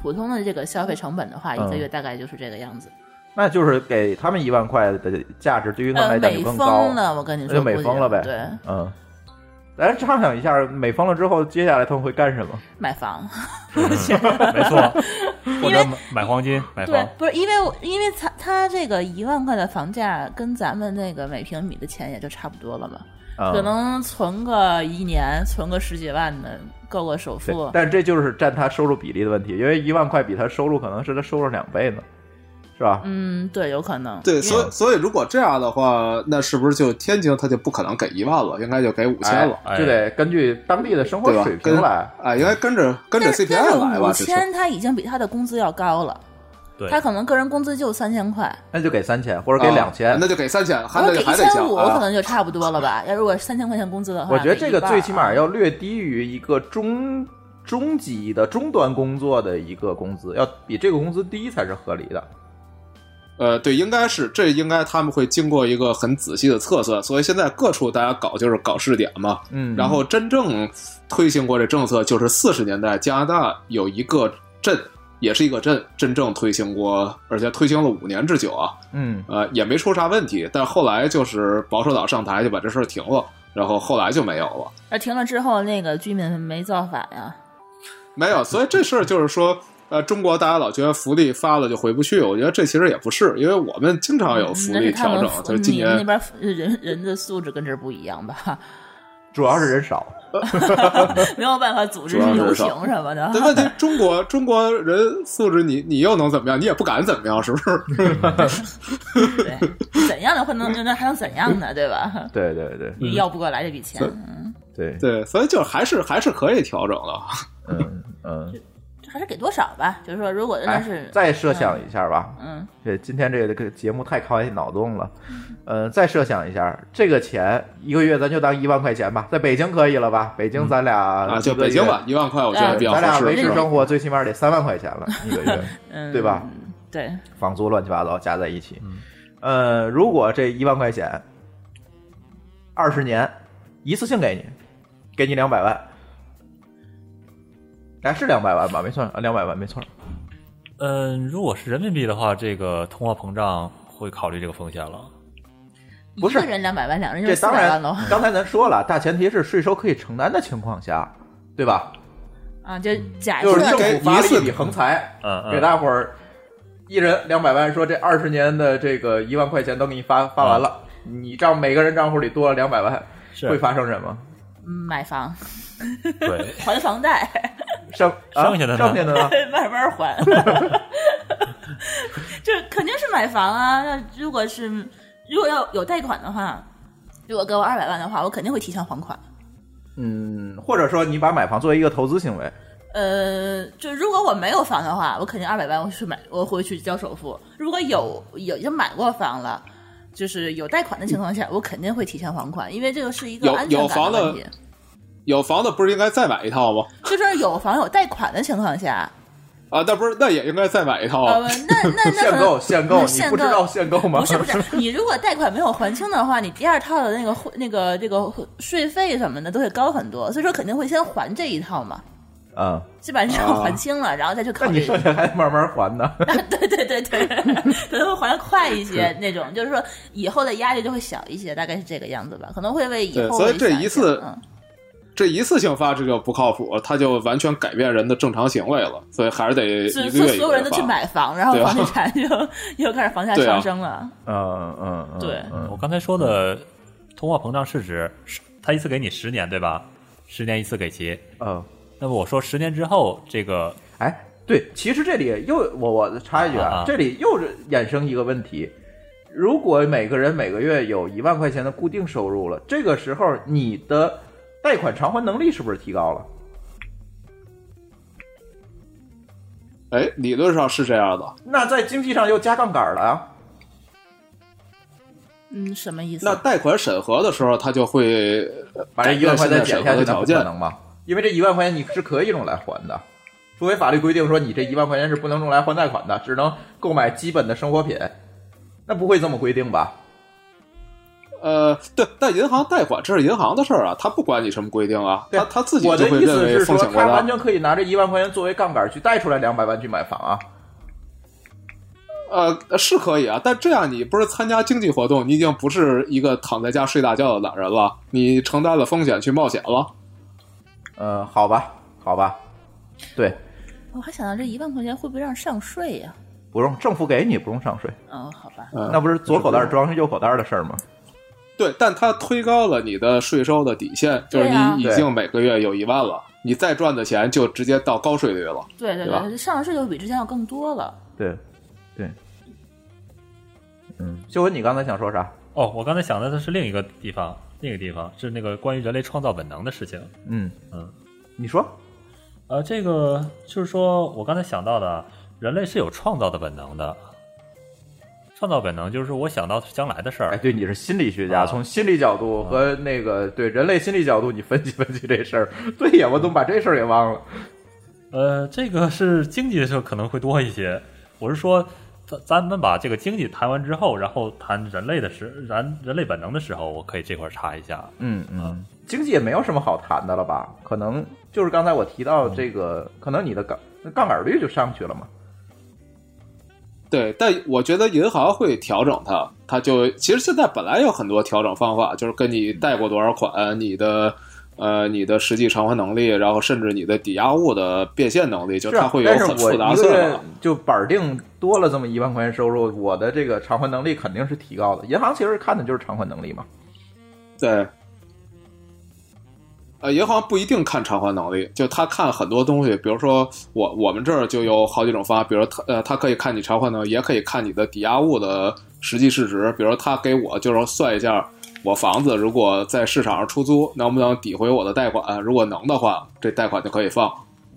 普通的这个消费成本的话，一个嗯月大概就是这个样子。那就是给他们一万块的价值，对于他们来呃，讲就美更高丰了，我跟你那说，就美估计丰了呗。对，嗯，咱畅想一下，美丰了之后，接下来他们会干什么？买房。嗯没错，或者买买黄金买对房，，不是因为我因为他他这个一万块的房价跟咱们那个每平米的钱也就差不多了嘛，啊嗯可能存个一年，存个十几万的，够个首对付。但这就是占他收入比例的问题，因为一万块比他收入可能是他收入两倍呢，是吧？嗯，对，有可能。 (laughs) 对，所以所以如果这样的话，那是不是就天津他就不可能给一万了，应该就给五千了，哎就得根据当地的生活对吧水平来。哎，应该跟着跟着但是 CPI 但来是吧，五这是。千他已经比他的工资要高了，对他可能个人工资就三千块，那就给三千，或者给两千、啊那就给三千，还我得给一还得千降五啊可能就差不多了吧。要如果三千块钱工资的话，我觉得这个给一半最起码要略低于一个中中级的中端工作的一个工资，要比这个工资低才是合理的。呃，对，应该是这应该他们会经过一个很仔细的测算，所以现在各处大家搞就是搞试点嘛，嗯，然后真正推行过这政策，就是四十年代加拿大有一个镇，也是一个镇，真正推行过，而且推行了五年之久啊，嗯呃，也没出啥问题。但后来就是保守党上台就把这事儿停了，然后后来就没有了。而停了之后，那个居民没造反呀，没有，所以这事儿就是说，呃，中国大家老觉得福利发了就回不去，我觉得这其实也不是，因为我们经常有福嗯那利是他调们整，啊福就是今嗯你们年那边人人的素质跟这儿不一样吧？主要是人少， (laughs) 没有办法组织主要是游少行什么的。但问题中国中国人素质你，你又能怎么样？你也不敢怎么样，是不 (laughs) 是？对，怎样的会能那还能怎样呢？对吧？对对对要不过来这笔钱，对，对，所以就还是还是可以调整的。嗯嗯，就还是给多少吧。就是说，如果真的哎是，再设想一下吧，嗯，这今天这个节目太考验脑洞了，呃，再设想一下，这个钱一个月咱就当一万块钱吧，在北京可以了吧？北京咱俩啊，就北京吧，，一万块我觉得比较咱俩合维持适是吧。生活最起码得三万块钱了一个月，嗯，对吧？对，房租乱七八糟加在一起，嗯呃，如果这一万块钱，二十年一次性给你，给你两百万。哎，是两百万吧？没错，两百万没错。嗯，如果是人民币的话，这个通货膨胀会考虑这个风险了。不是一个人两百万，两个人就这四当百然万喽。，刚才咱说了，大前提是税收可以承担的情况下，对吧？啊，就假就是政设府发了一笔横财，嗯嗯给大伙儿一人两百万，说这二十年的这个一万块钱都给你发发完了，你账每个人账户里多了两百万，嗯是会发生什么？嗯买房 (laughs) 对，还房贷， (laughs) 剩啊剩下的呢剩下的呢？慢慢还。 (laughs) 这肯定是买房啊。那如果是如果要有贷款的话，如果给我二百万的话，我肯定会提前还款。嗯，或者说你把买房作为一个投资行为，呃，就如果我没有房的话，我肯定二百万我去买，我会去交首付。如果有有已经买过房了，就是有贷款的情况下，我肯定会提前还款，因为这个是一个有安全有感房问的题。有房子不是应该再买一套吗？就是有房有贷款的情况下，啊，那不是那也应该再买一套呃啊？，那那那限可能购哦限购，你限不购知道限购吗？不是不是，你如果贷款没有还清的话，你第二套的那个汇那个这个税费什么的都会高很多，所以说肯定会先还这一套嘛， (laughs) 嗯，基本上就还清了，然后再去考那你虑。剩下还得慢慢还呢。 (laughs) (laughs) 对对对对，可能会还的快一些那种，就是说以后的压力就会小一些，大概是这个样子吧，可能会为以对后所以会这想一想次嗯这一次性发这就不靠谱，它就完全改变人的正常行为了，所以还是得所以一个所以月一所有个人月都去发。买房，然后对吧啊房地产就又开始房价对啊上 (laughs) 升了。嗯嗯嗯，对嗯我刚才说的通货膨胀是指是他一次给你十年，对吧？十年一次给齐。嗯。那么我说十年之后，这个哎，对，其实这里又我我插一句啊啊啊，这里又是衍生一个问题：如果每个人每个月有一万块钱的固定收入了，这个时候你的贷款偿还能力是不是提高了？哎，理论上是这样的。那在经济上又加杠杆了啊！嗯，什么意思？那贷款审核的时候，他就会呃把这一万块钱减下去，那条不件可能吗？因为这一万块钱你是可以用来还的，除非法律规定说你这一万块钱是不能用来还贷款的，只能购买基本的生活品。那不会这么规定吧？呃，对，但银行贷款这是银行的事儿啊，他不管你什么规定啊，对他他自己我就的会意认思为是风说，险过他大完。全可以拿这一万块钱作为杠杆去贷出来两百万去买房啊。呃，是可以啊，但这样你不是参加经济活动，你已经不是一个躺在家睡大觉的懒人了，你承担了风险去冒险了。呃，好吧，好吧，对，我还想到这一万块钱会不会让上税呀、不用政府给你不用上税，嗯，好吧，嗯那不是左口袋装是右口袋的事儿吗？对，但它推高了你的税收的底线，就是对啊你已经每个月有一万了，你再赚的钱就直接到高税率了。对对对啊吧对，上税就比之前要更多了。对，对，嗯，秀文，你刚才想说啥？哦，我刚才想的它是另一个地方，另一个地方是那个关于人类创造本能的事情。嗯嗯，你说，呃，这个就是说我刚才想到的，人类是有创造的本能的。创造本能就是我想到将来的事哎，儿，对，你是心理学家，啊从心理角度和那个对人类心理角度，你分析分析这事儿。对呀，我怎么把这事儿给忘了？呃，这个是经济的时候可能会多一些。我是说，咱咱们把这个经济谈完之后，然后谈人类的时，然人类本能的时候，我可以这块儿查一下。嗯嗯，经济也没有什么好谈的了吧？可能就是刚才我提到这个，可能你的杠杠杆率就上去了嘛。对，但我觉得银行会调整它，它就其实现在本来有很多调整方法，就是跟嗯你贷过多少款，你的呃你的实际偿还能力，然后甚至你的抵押物的变现能力，就是它啊会，有但是很我复杂一算个月法。就板儿定多了这么一万块钱收入，我的这个偿还能力肯定是提高的。银行其实看的就是偿还能力嘛。对，呃，也好像不一定看偿还能力，就他看很多东西，比如说我我们这儿就有好几种方案，比如他呃，他可以看你偿还能力，也可以看你的抵押物的实际市值，比如他给我就是算一下我房子如果在市场上出租能不能抵回我的贷款，如果能的话，这贷款就可以放。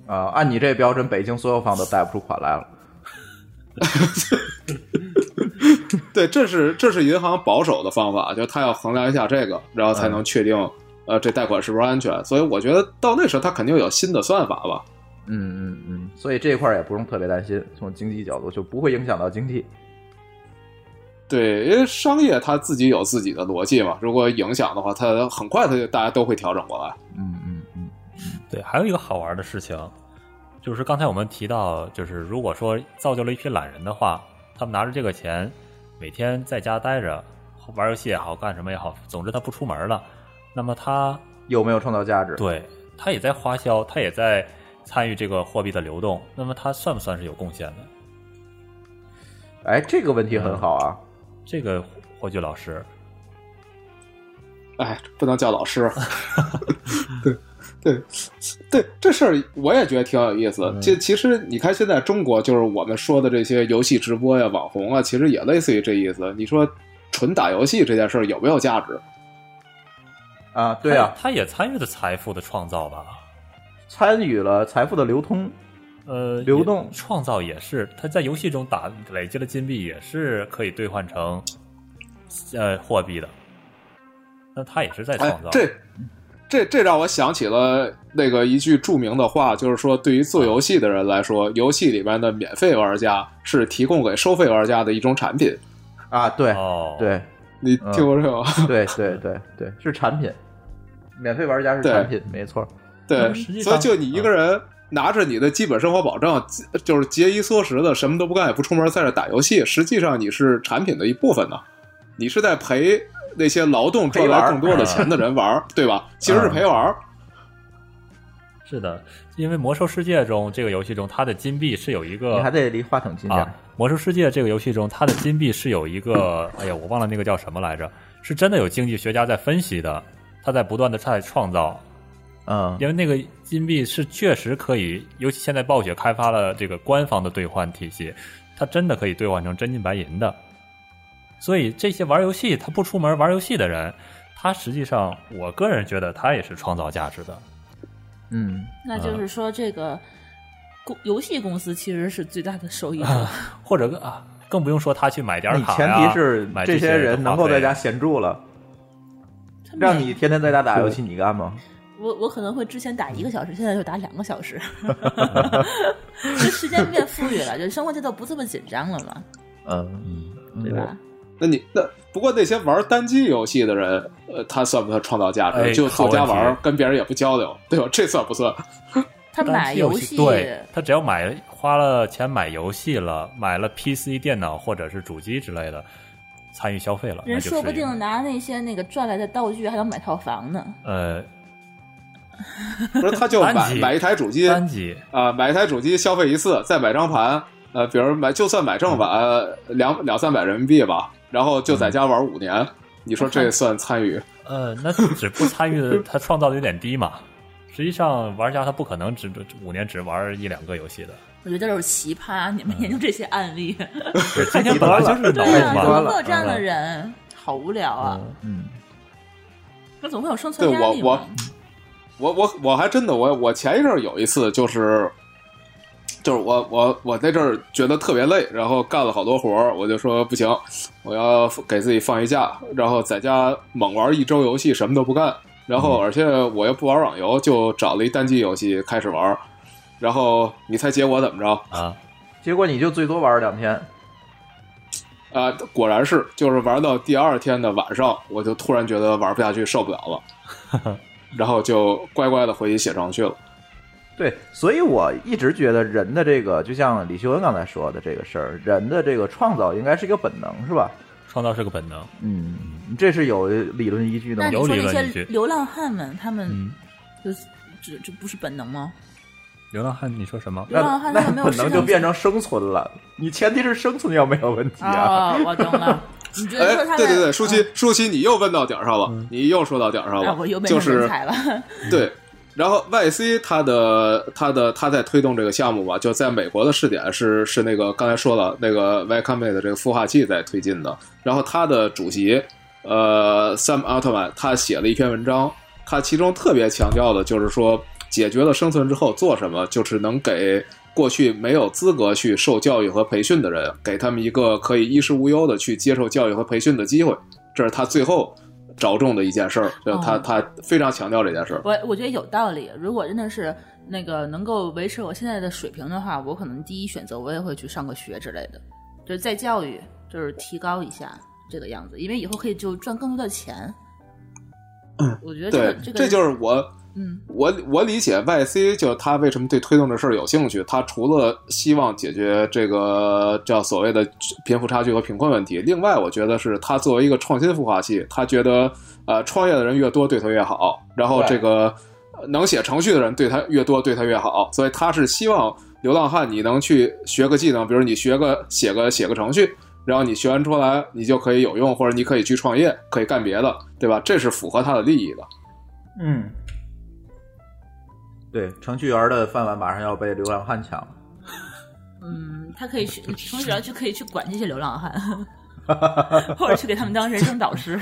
啊、按你这标准，北京所有房子贷不出款来了。对，这是这是银行保守的方法，就是他要衡量一下这个，然后才能确定、呃这贷款是不是安全。所以我觉得到那时候他肯定有新的算法吧。嗯嗯嗯，所以这一块儿也不用特别担心，从经济角度就不会影响到经济。对，因为商业它自己有自己的逻辑嘛，如果影响的话，它很快它就大家都会调整过来。嗯嗯嗯，对，还有一个好玩的事情，就是刚才我们提到，就是如果说造就了一批懒人的话，他们拿着这个钱，每天在家待着，玩游戏也好，干什么也好，总之他不出门了，那么他有没有创造价值？对他也在花销，他也在参与这个货币的流动，那么他算不算是有贡献的？哎，这个问题很好啊。这个霍炬老师，哎，不能叫老师。对，对，对，这事儿我也觉得挺有意思。这其实你看，现在中国就是我们说的这些游戏直播呀、网红啊，其实也类似于这意思。你说纯打游戏这件事儿有没有价值？啊，对啊，他也参与了财富的创造吧？参与了财富的流通。呃，流动也创造也是，他在游戏中打累积了金币，也是可以兑换成呃货币的。那他也是在哎创造，，这这这让我想起了那个一句著名的话，就是说，对于做游戏的人来说，游戏里边的免费玩家是提供给收费玩家的一种产品。啊，对、哦，，对你听过这个吗？嗯 (laughs) 对对对对，是产品，免费玩家是对产品，没错。那对么实际，上嗯所以就你一个人拿着你的基本生活保障，就是节衣缩食的，什么都不干，也不出门，在这打游戏。实际上你是产品的一部分呢，你是在陪那些劳动赚来更嗯多的钱的人玩儿，对吧？其实是陪玩儿。是的，因为魔兽世界中这个游戏中，它的金币是有一个你还得离话筒近点儿啊。，魔兽世界这个游戏中，它的金币是有一个，哎呀，我忘了那个叫什么来着，是真的有经济学家在分析的，他在不断的在创造，啊嗯因为那个金币是确实可以，尤其现在暴雪开发了这个官方的兑换体系，它真的可以兑换成真金白银的。所以这些玩游戏他不出门玩游戏的人，他实际上我个人觉得他也是创造价值的。嗯，那就是说这个。公游戏公司其实是最大的受益者，或者啊，更不用说他去买点你卡前呀、提是买这些些人花能够在费啊家闲住了，他们让你天天在家打游戏，你干吗？我我可能会之前打一个小时，现在就打两个小 (laughs) 时，就时间变富裕了，就生活节奏不这么紧张了嘛，嗯，对吧？那你那不过那些玩单机游戏的人，呃，他算不算创造价值？哎就坐好问家玩儿题，跟别人也不交流， (laughs) 对吧？这算不算？他买游戏，对他只要买花了钱买游戏了，买了 PC 电脑或者是主机之类的，参与消费了，人那就是说不一个定拿那些那个赚来的道具还能买套房呢。呃不是，他就单买机买一台主机，单机啊、买一台主机消费一次，再买张盘，呃，比如买就算买正版、嗯两两三百人民币吧，然后就在家玩五年，你说嗯这算参与？呃，那只不过参与的他创造的有点低嘛。 (laughs) 实际上，玩家他不可能只只五年只玩一两个游戏的。我觉得都是奇葩，你嗯们研究这些案例，今天本来就是对脑太呀，洞怎极端么嘛了，会有这样嗯的人？好无聊啊！嗯，那总会有生对存压我力我嘛。我我我还真的我我前一阵儿有一次就是。就是我我我那阵儿觉得特别累，然后干了好多活儿，我就说不行，我要给自己放一假，然后在家猛玩一周游戏，什么都不干。然后而且我又不玩网游，就找了一单机游戏开始玩儿。然后你猜结果怎么着？啊，结果你就最多玩两天，啊、果然是，就是玩到第二天的晚上，我就突然觉得玩不下去，受不了了，然后就乖乖的回去写程序了。对，所以我一直觉得人的这个，就像李秀恩刚才说的这个事儿，人的这个创造应该是一个本能，是吧？创造是个本能。嗯，这是有理论依据的那吗你有说理那论依些据流浪汉们，他们嗯，就是这这不是本能吗？流浪汉，你说什么？流浪汉那啊他们没有本事能情就做变成生存了。你前提是生存要没有问题啊。 (laughs) 哦，我懂了，你觉得哎说他，对在对对，舒淇，舒淇，你又问到点儿上了，你又说到点儿上嗯哎，了，我又没就什么是人才了。 (laughs) 对，然后 YC 它的它的它在推动这个项目吧，就在美国的试点是是那个刚才说了那个 Y Combinator 的这个孵化器在推进的，然后它的主席呃 Sam Altman 他写了一篇文章，他其中特别强调的就是说，解决了生存之后做什么，就是能给。过去没有资格去受教育和培训的人，给他们一个可以衣食无忧的去接受教育和培训的机会，这是他最后着重的一件事儿。就他、哦他非常强调这件事儿。我我觉得有道理。如果真的是那个能够维持我现在的水平的话，我可能第一选择我也会去上个学之类的，就是在教育，就是提高一下这个样子，因为以后可以就赚更多的钱。我觉得这个嗯对，这个这就是我嗯我我理解 YC 就他为什么对推动这事儿有兴趣，他除了希望解决这个叫所谓的贫富差距和贫困问题，另外我觉得是他作为一个创新孵化器，他觉得呃创业的人越多对他越好，然后对这个呃能写程序的人对他越多对他越好，所以他是希望流浪汉你能去学个技能，比如你学个写个写个程序。然后你学完出来，你就可以有用，或者你可以去创业，可以干别的，对吧？这是符合他的利益的。嗯，对，程序员的饭碗马上要被流浪汉抢了。嗯，他可以去，程序员就可以去管这些流 (laughs) 浪汉，或者去给他们当人生导师。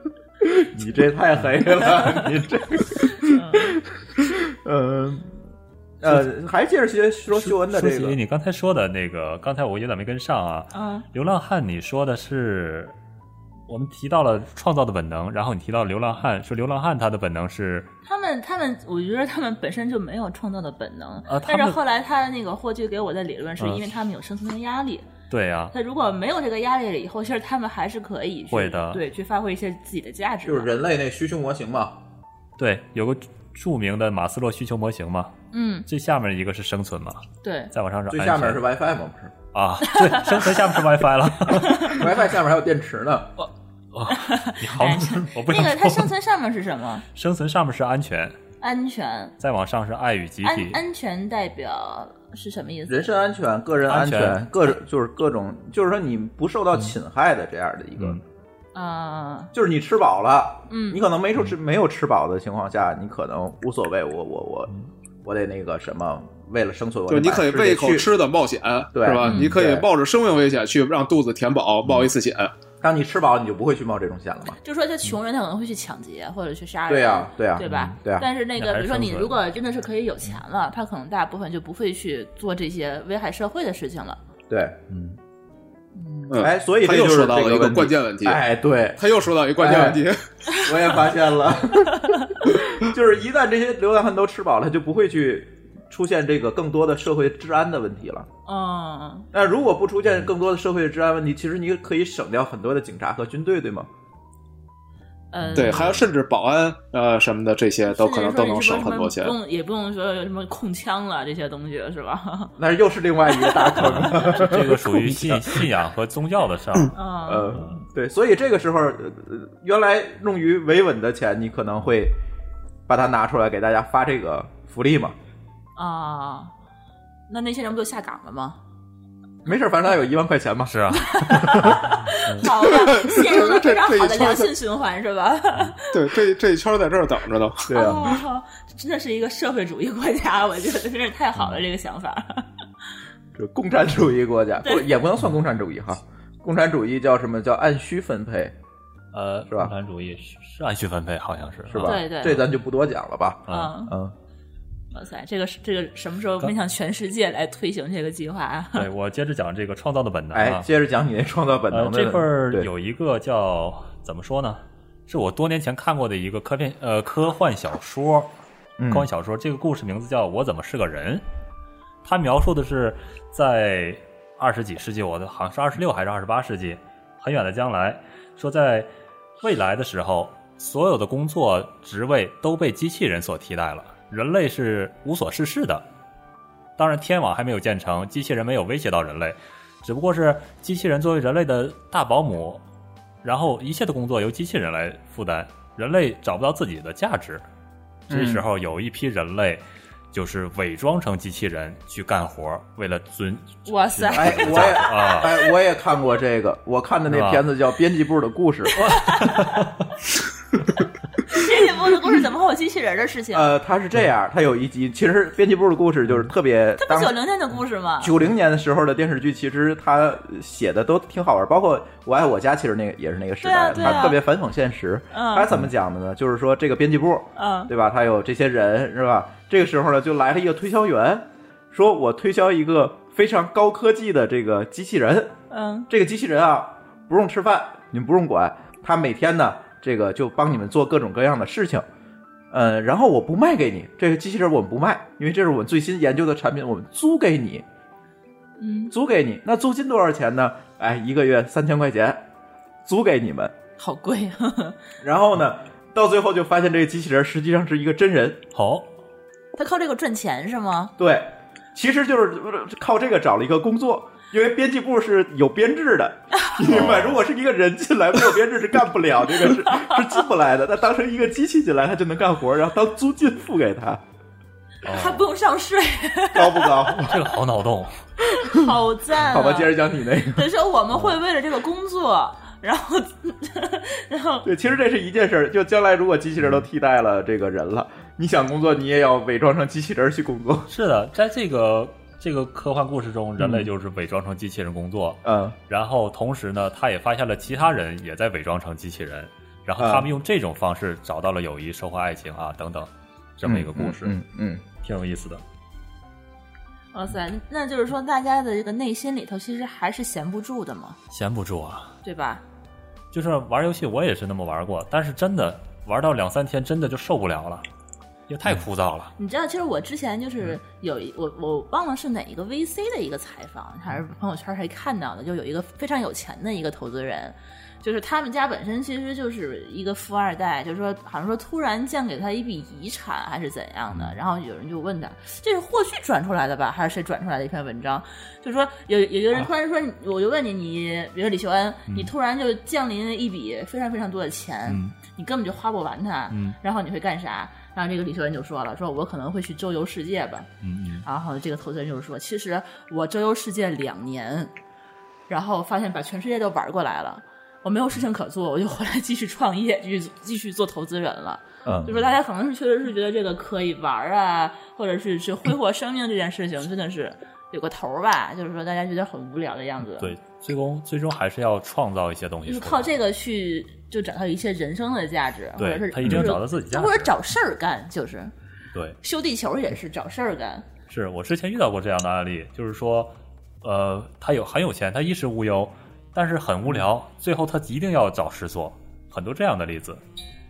(laughs) 你这太黑了，你 (laughs) 这， (laughs) 嗯，呃，还接着学说修文的舒这淇，个，你刚才说的那个，刚才我有点没跟上啊。嗯，流浪汉，你说的是我们提到了创造的本能，然后你提到流浪汉，说流浪汉他的本能是他们他们，我觉得他们本身就没有创造的本能。啊他但们是后来他的那个霍炬给我的理论是啊因为他们有生存的压力。对啊，他如果没有这个压力了以后，其实他们还是可以去会的对，去发挥一些自己的价值。就是，人类那需求模型嘛，对，有个著名的马斯洛需求模型嘛，嗯，最下面一个是生存嘛，对，再往上是最安下全面是 WiFi 嘛， (laughs) 不啊，对，生存下面是 WiFi 了，是 WiFi 下面还有电池呢。你好哎， (laughs) 我不那想个它说生存上面是什 (laughs) 么？生存上面是安全，安全，再往上是爱与集安体，安全代表是什么意思？人身安全、个人安安全各就是各种，就是说你不受到侵害的这样的一个，嗯啊、就是你吃饱了，嗯你可能没吃没有吃饱的情况下，你可能无所谓，我我我我得那个什么，为了生存，我嗯就是得你把可以世为界一口去吃的冒险，对是吧？嗯你可以对嗯哎冒着生命危险去让肚子填饱，冒一次险。当你吃饱，你就不会去冒这种险了嘛？就说这穷人他可能会去抢劫或者去杀人，对啊呀对啊呀哎对嗯吧？嗯对呀但是那那个，比还是如说你生存如果真的是可以有钱了，他可能大部分就不会去做这些危害社会的事情了。对，嗯，嗯，哎，所以他这又就是说到这了一个个关键问题，哎，对，他又说到一个关键问题，我也发现了， (laughs) 就是一旦这些流浪汉都吃饱了，就不会去出现这个更多的社会治安的问题了。嗯，那如果不出现更多的社会治安问题，其实你可以省掉很多的警察和军队，对吗？嗯呃， (laughs) 对，还有甚至保安呃什么的这些都可能都能省很多钱甚至。说你不用也不用说什么控枪了这些东西是吧？ (laughs) 那又是另外一个大坑。 (laughs) 这个属于 (laughs) 信信仰和宗教的上，嗯，呃，对，所以这个时候，呃呃原来用于维稳的钱，你可能会把它拿出来给大家发这个福利嘛。啊，那那些人不都下岗了吗？没事儿，反正他有一万块钱嘛。 (laughs) 是 (laughs) 啊，嗯好 (laughs) 吧，陷入了非常好这的一圈良性循环 (laughs) 是吧？对，这这一圈在这儿等着呢。对啊，哦，真的是一个社会主义国家，我觉得真是太好嗯了，这个想法。 (laughs) 就共产主义国家，对不也不能算共产主义哈。共产主义叫什么叫按需分配，呃，是吧共产主义是是按需分配，好像是是吧？对对这咱就不多讲了吧。啊，嗯，嗯，哇塞，这个是这个什么时候面向全世界来推行这个计划啊？对我接着讲这个创造的本能哎，啊，接着讲你那创造本呃能，的。这块儿对有一个叫怎么说呢？是我多年前看过的一个科片呃科幻小说，嗯科幻小说这个故事名字叫《我怎么是个人》，它描述的是在二十几世纪，我的好像是二十六还是二十八世纪，很远的将来，说在未来的时候，所有的工作职位都被机器人所替代了，人类是无所事事的。当然，天网还没有建成，机器人没有威胁到人类，只不过是机器人作为人类的大保姆，然后一切的工作由机器人来嗯负担，人类找不到自己的价值。这时候有一批人类就是伪装成机器人去干活儿，为了遵哇塞哎，我也， (laughs) 啊哎，我也看过这个，我看的是吧那片子叫《编辑部的故 (laughs) 事》。啊编辑部的故事怎么会有机器人的事情？呃，它是这样，它有一集，其实《编辑部的故事》就是特别它不当九零年的故事吗？九零年的时候的电视剧，其实它写的都挺好玩，包括《我爱我家》，其实那个也是那个时代，对啊对啊它特别反讽现实。嗯它怎么讲的呢？就是说这个编辑部，嗯对吧？它有这些人，是吧？这个时候呢，就来了一个推销员，说我推销一个非常高科技的这个机器人，嗯，这个机器人啊，不用吃饭，你们不用管，它每天呢，这个就帮你们做各种各样的事情。呃，然后我不卖给你，这个机器人我们不卖，因为这是我们最新研究的产品，我们租给你。嗯，租给你，那租金多少钱呢？哎，一个月三千块钱，租给你们。好贵啊！ (laughs) 然后呢，到最后就发现这个机器人实际上是一个真人，好，他靠这个赚钱是吗？对，其实就是呃靠这个找了一个工作。因为编辑部是有编制的，你明白？如果是一个人进来没有编制是干不了，这个是是进不来的。那当成一个机器进来，他就能干活，然后当租金付给他，哦还不用上税，高不高？这个好脑洞，好赞、啊！ (laughs) 好吧，接着讲你那个。等于说我们会为了这个工作，然后 (laughs) 然后对，其实这是一件事儿。就将来如果机器人都替代了这个人了，你想工作，你也要伪装成机器人去工作。 (laughs) 是的，在这个这个科幻故事中，人类就是伪装成机器人工作，嗯，然后同时呢，他也发现了其他人也在伪装成机器人，然后他们用这种方式找到了友谊、收获爱情啊等等，这么一个故事，嗯嗯，挺有意思的。哇塞，那就是说大家的这个内心里头其实还是闲不住的嘛，闲不住啊，对吧？就是玩游戏我也是那么玩过，但是真的玩到两三天，真的就受不了了，因为太枯燥了。你知道，其实我之前嗯就是有一我我忘了是哪一个 VC 的一个采访，还是朋友圈还看到的，就有一个非常有钱的一个投资人，就是他们家本身其实就是一个富二代，就是说好像说突然降给他一笔遗产还是怎样嗯的，然后有人就问他，这是霍炬转出来的吧，还是谁转出来的一篇文章？就说有有一个啊人突然说，我就问你，你比如李秀恩，你突然就降临了一笔非常非常多的钱，嗯你根本就花不完它，嗯然后你会干啥？然后这个李秀恩就说了，说我可能会去周游世界吧。嗯嗯，然后这个投资人就是说，其实我周游世界两年，然后发现把全世界都玩过来了，我没有事情可做，我就回来继续创业， (laughs) 继续继续做投资人了。嗯就说大家可能是确实是觉得这个可以玩儿啊，或者是是挥霍生命这件事情真的是有个头儿吧，就是说大家觉得很无聊的样子。对，最终最终还是要创造一些东西就出是来，靠这个去就找到一些人生的价值，或对者是他一定就是找到自己价值或者找事儿干，就是对。修地球也是找事儿干。是我之前遇到过这样的案例，就是说，呃，他有很有钱，他衣食无忧，但是很无聊，最后他一定要找事做，很多这样的例子。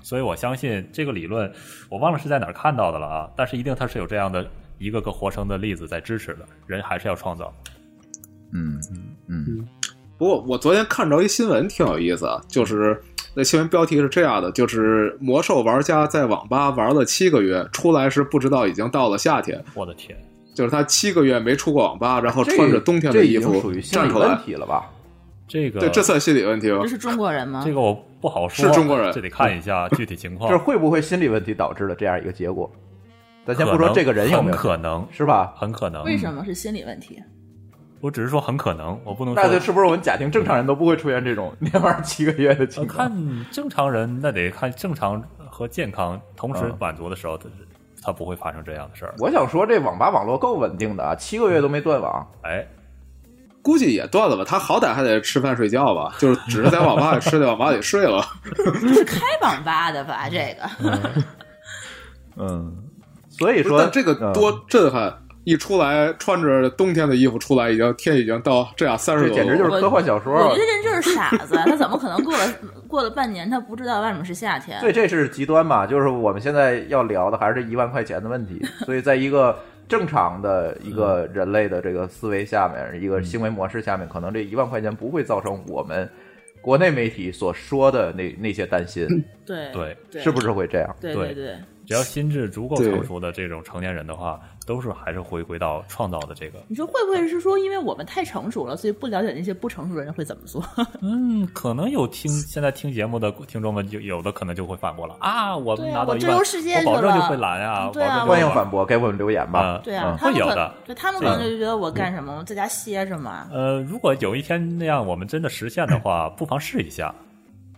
所以我相信这个理论，我忘了是在哪儿看到的了啊，但是一定它是有这样的一个个活生的例子在支持的，人还是要创造。嗯嗯不过我昨天看着一新闻挺有意思啊，就是那新闻标题是这样的，就是魔兽玩家在网吧玩了七个月，出来时不知道已经到了夏天，我的天，就是他七个月没出过网吧，然后嗯，穿着冬天这的衣已经服属于心站理出问来，题了吧？这个对，这算心理问题吗这？嗯是中国人吗？这个我不好说，是中国人这得看一下具体情况。这会不会心理问题导致的这样一个结果？咱先可不说能这个人有没很有，可能，是吧？很可能。为什么是心理问题？我只是说很可能，我不能那说就是不是我们家庭正常人都不会出现这种连玩七个月的呃，情况？看正常人，那得看正常和健康同时嗯满足的时候，他他不会发生这样的事儿。 (laughs) 我想说，这网吧网络够稳定的啊，七个月都没断网。哎，估计也断了吧，他好歹还得吃饭睡觉吧， (laughs) 就是只是在网吧里吃， (laughs) 在网吧里睡了。开网吧的 (laughs) 吧？这个嗯，所以不是说嗯但这个多震撼！一出来穿着冬天的衣服出来，已经天已经到这样三嗯十这多简直度就了。是科幻小说啊我。觉得人就是傻子，他怎么可能过了过了半年他不知道外面是夏天？对，这是极端嘛，就是我们现在要聊的还是这一万块钱的问题。所以，在一个正常的一个人类的这个思维下面，一个行为模式下面，可能这一万块钱不会造成我们国内媒体所说的那那些担心，对对对，嗯是不是会这样？对对对对，只要心智足够对成熟的这种成年人的话，都是还是回归到创造的这个。你说会不会是说，因为我们太成熟了，所以不了解那些不成熟的人会怎么做？嗯，可能有听现在听节目的听众们，就有的可能就会反驳了啊，我对们啊拿我到一周万，游世界我保去证就了会拦啊，对啊保证就欢会迎拦反驳，给我们留言吧嗯。对嗯，啊他会们有可的嗯对他们可能就觉得我干什么，我在家歇着嘛，呃，如果有一天那样我们真的实现的话，不妨试一下，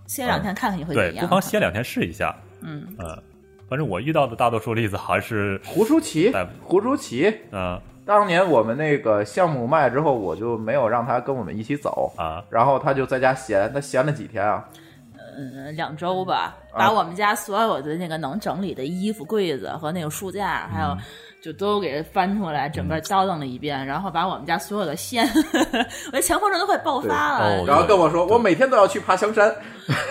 歇两天看看你会怎嗯对么，不样。妨歇两天试一下。嗯，嗯，反正我遇到的大多数例子还是，胡舒淇哎，胡舒淇，嗯当年我们那个项目卖之后，我就没有让他跟我们一起走，啊，然后他就在家闲，他闲了几天啊？嗯，两周吧，啊把我们家所有的那个能整理的衣服柜子和那个书架，还嗯有就都给翻出来，整个倒腾了一遍，然后把我们家所有的线， (laughs) 我的强迫症都快爆发对了哦。然后跟我说，对我每天都要去爬香 (laughs) 山，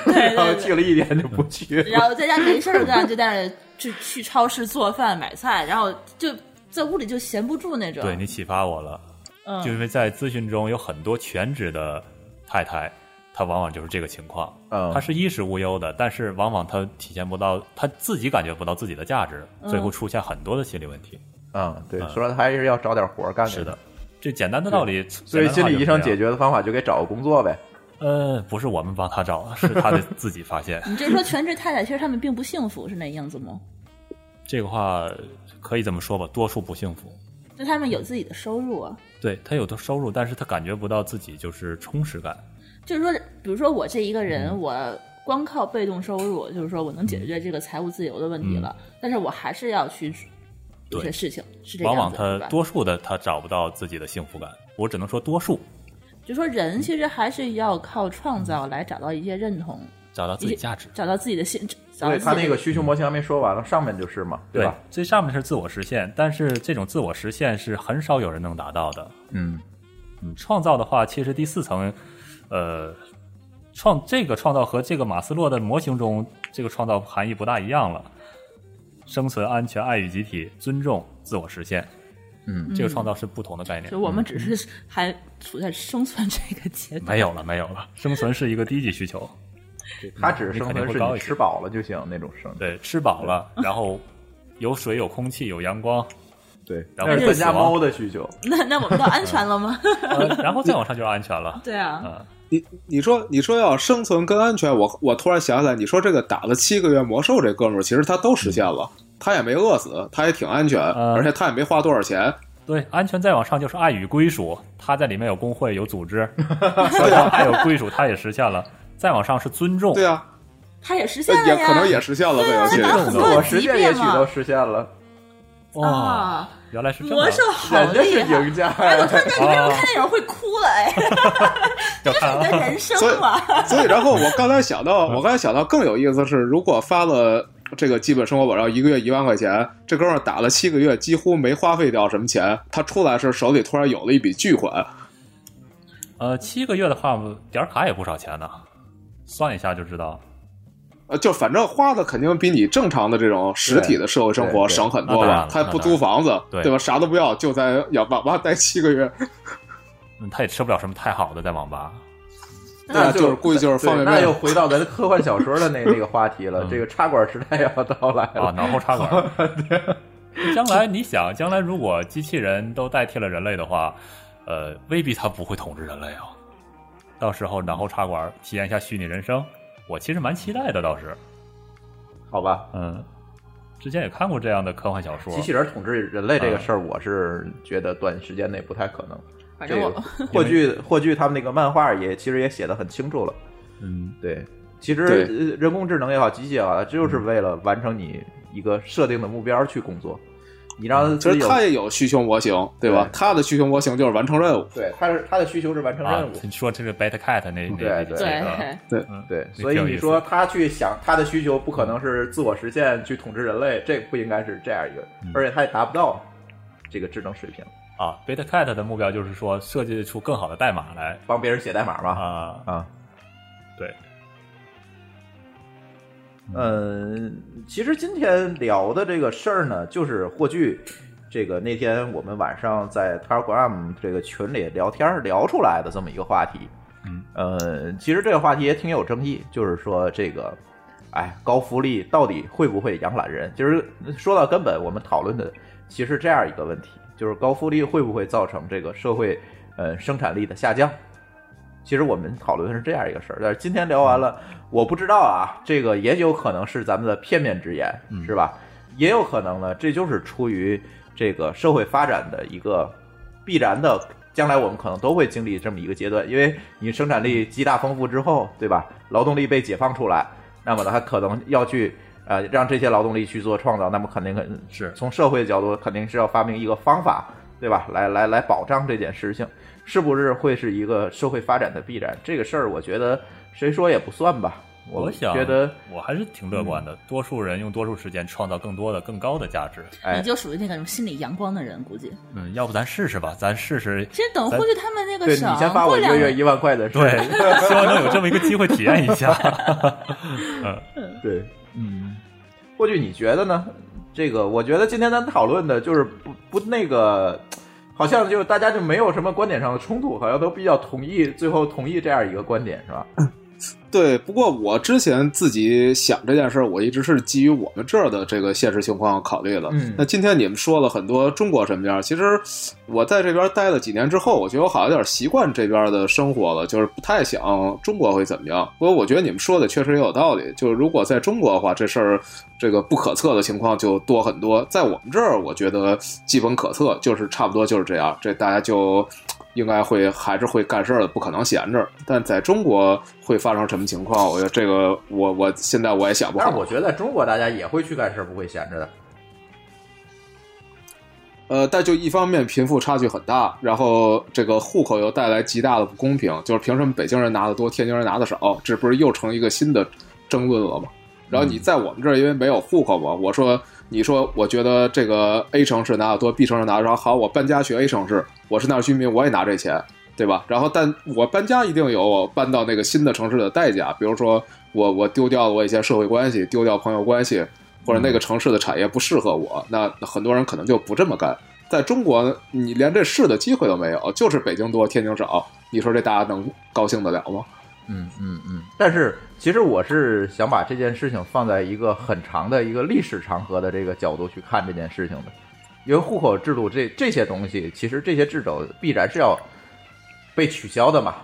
对然后对去了一天就不去。然后在家没事儿干，就在那儿去去超市做饭买菜，然后就在屋里就闲不住那种。对你启发我了，嗯，。就因为在咨询中有很多全职的太太，她往往就是这个情况，嗯她是衣食无忧的，但是往往她体现不到，她自己感觉不到自己的价值，所以会出现很多的心理问题。嗯，对，说还是要找点活儿干。是的，，这简单的道理，所以简心单的话理医生解就是这样。决的方法就给找个工作呗。呃，不是我们帮她找，是她得自己 (laughs) 发现你这说全职太太，其实他们并不幸福，是那样子吗？这个话可以这么说吧，多数不幸福。就他们有自己的收入啊。对他有的收入，但是他感觉不到自己就是充实感。就是说，比如说我这一个嗯人，我光靠被动收入，就是说我能解决这个财务自由的问题了，但是我还是要去做一些嗯对事情，是这个往样往子他对吧？多数的他找不到自己的幸福感，我只能说多数就说人其实还是要靠创造来找到一些认同，找到自一己些价值。找到自己的心，所找到以自他己那的个需求模型还没说完了，上面就是嘛，对吧？，最上面是自我实现，但是这种自我实现是很少有人能达到的。嗯，嗯，创造的话，其实第四层，呃，创这个创造和这个马斯洛的模型中这个创造含义不大一样了。生存、安全、爱与集体、尊重、自我实现，嗯，这个创造是不同的概念。就我们只嗯是还处在生存这个阶段，没有了，没有了，生存是一个低级需求。他只是你生嗯肯存定会是高你一些吃饱了就行那种生存。对，吃饱 (laughs) 了，然后有水、有空气、有阳光，对，然那后是日咱死家亡猫的需求。那那我们到安全了吗？ (laughs) 呃然后再往上就是安全了。对啊，嗯，你你说你说要生存跟安全，我我突然想起来，你说这个打了七个月魔兽这哥们儿，其实他都实现了，嗯他也没饿死，他也挺安全，嗯而且他也没花多少钱。对，安全再往上就是爱与归属，它在里面有工会、有组 (laughs) 织，所以它爱有归属，它也实现了。再往上是尊重，对啊，他也实现了呃也呀，可能也实现了啊对这游啊，戏他。打很这自多我级实现也别许都嘛实现了，哇，啊，原来是这么啊魔兽好人家厉是害。赢家哎，我呀突。然感觉为什么看电影会哭了？哎， (laughs) 要看你的啊，人生所以嘛，所以，然后我刚才想到，我刚才想到更有意思的是，如果发了这个基本生活保障一个月一万块钱，这哥们儿打了七个月，几乎没花费掉什么钱，他出来是手里突然有了一笔巨款，呃，七个月的话，点儿卡也不少钱呢，算一下就知道。呃，就反正花的肯定比你正常的这种实体的社会生活对对省很多吧那当然了？他也不租房子，对对吧？啥都不要，就在要网吧待七个月，嗯，他也吃不了什么太好的，在网吧。那就是是估计就是对方便那面又回到咱科幻小说的那那个话题了，嗯这个插管时代要到来啊，了。脑后插管。将来你想，将来如果机器人都代替了人类的话，呃，未必它不会统治人类啊。到时候脑后插管，体验一下虚拟人生，我其实蛮期待的。倒是，好吧，嗯，之前也看过这样的科幻小说机，器人统治人类这个事儿，我是觉得短时间内不太可能。反这 (laughs) 正我个霍炬霍炬他们那个漫画也其实也写的很清楚了。嗯，对，其实对呃人工智能也好，机械也好，就是为了完成你一个设定的目标去工作。你让其自己实有嗯他也有需求模型，对吧对？他的需求模型就是完成任务，对，他是他的需求是完成啊任务，，你说这个 Beta Cat 那那对那对几个对，(laughs) 嗯对，那所以挺有你意思说他去想他的需求不可能是自我实现去统治人类，这不应该是这样一个，而且他也达不到这个智能水平，啊，Beta Cat 的目标就是说设计出更好的代码来帮别人写代码嘛啊，啊，对，嗯，其实今天聊的这个事儿呢，就是霍炬，这个那天我们晚上在 Telegram 这个群里聊天儿聊出来的这么一个话题。嗯，呃，其实这个话题也挺有争议，就是说这个哎，高福利到底会不会养懒人？就是说到根本，我们讨论的其实这样一个问题，就是高福利会不会造成这个社会呃生产力的下降？其实我们讨论的是这样一个事儿，但是今天聊完了，我不知道啊，这个也有可能是咱们的片面之言，是吧？也有可能呢，这就是出于这个社会发展的一个必然的，将来我们可能都会经历这么一个阶段，因为你生产力极大丰富之后，对吧？劳动力被解放出来，那么呢，它可能要去呃让这些劳动力去做创造，那么肯定可是从社会角度肯定是要发明一个方法，对吧？来来来保障这件事情，是不是会是一个社会发展的必然？这个事儿，我觉得谁说也不算吧。我想觉得，我还是挺乐观的，多数人用多数时间创造更多的、更高的价值。哎你，就属于那种心理阳光的人，估计。嗯，要不咱试试吧？咱试试，其实等咱回去他们那个对省，你先发我过一两个月一万块的事，对， (laughs) 希望能有这么一个机会体验一下。对，嗯，霍炬，你觉得呢？这个，我觉得今天咱讨论的就是不不那个，好像就大家就没有什么观点上的冲突，好像都比较同意，最后同意这样一个观点，是吧？对，不过我之前自己想这件事儿，我一直是基于我们这儿的这个现实情况考虑的。嗯那今天你们说了很多中国什么样，其实我在这边待了几年之后，我觉得我好像有点习惯这边的生活了，就是不太想中国会怎么样。不过我觉得你们说的确实也有道理，就是如果在中国的话，这事儿这个不可测的情况就多很多。在我们这儿，我觉得基本可测，就是差不多就是这样，这大家就。应该会还是会干事儿的，不可能闲着。但在中国会发生什么情况？我觉得这个我我现在我也想不但好是。我觉得中国大家也会去干事，不会闲着的。呃，但就一方面贫富差距很大，然后这个户口又带来极大的不公平，就是凭什么北京人拿的多，天津人拿的少？这不是又成一个新的争论了吗？然后你在我们这儿，因为没有户口嘛，我说你说我觉得这个 A 城市拿的多，B 城市拿的少，好，我搬家去 A 城市，我是那儿居民，我也拿这钱，对吧？然后但我搬家一定有我搬到那个新的城市的代价，比如说我我丢掉了我一些社会关系，丢掉朋友关系，或嗯者那个城市的产业不适合我，那很多人可能就不这么干。在中国，你连这试的机会都没有，就是北京多，天津少。你说这大家能高兴得了吗？嗯嗯嗯。但是其实我是想把这件事情放在一个很长的一个历史长河的这个角度去看这件事情的，因为户口制度这这些东西，其实这些制度必然是要被取消的嘛，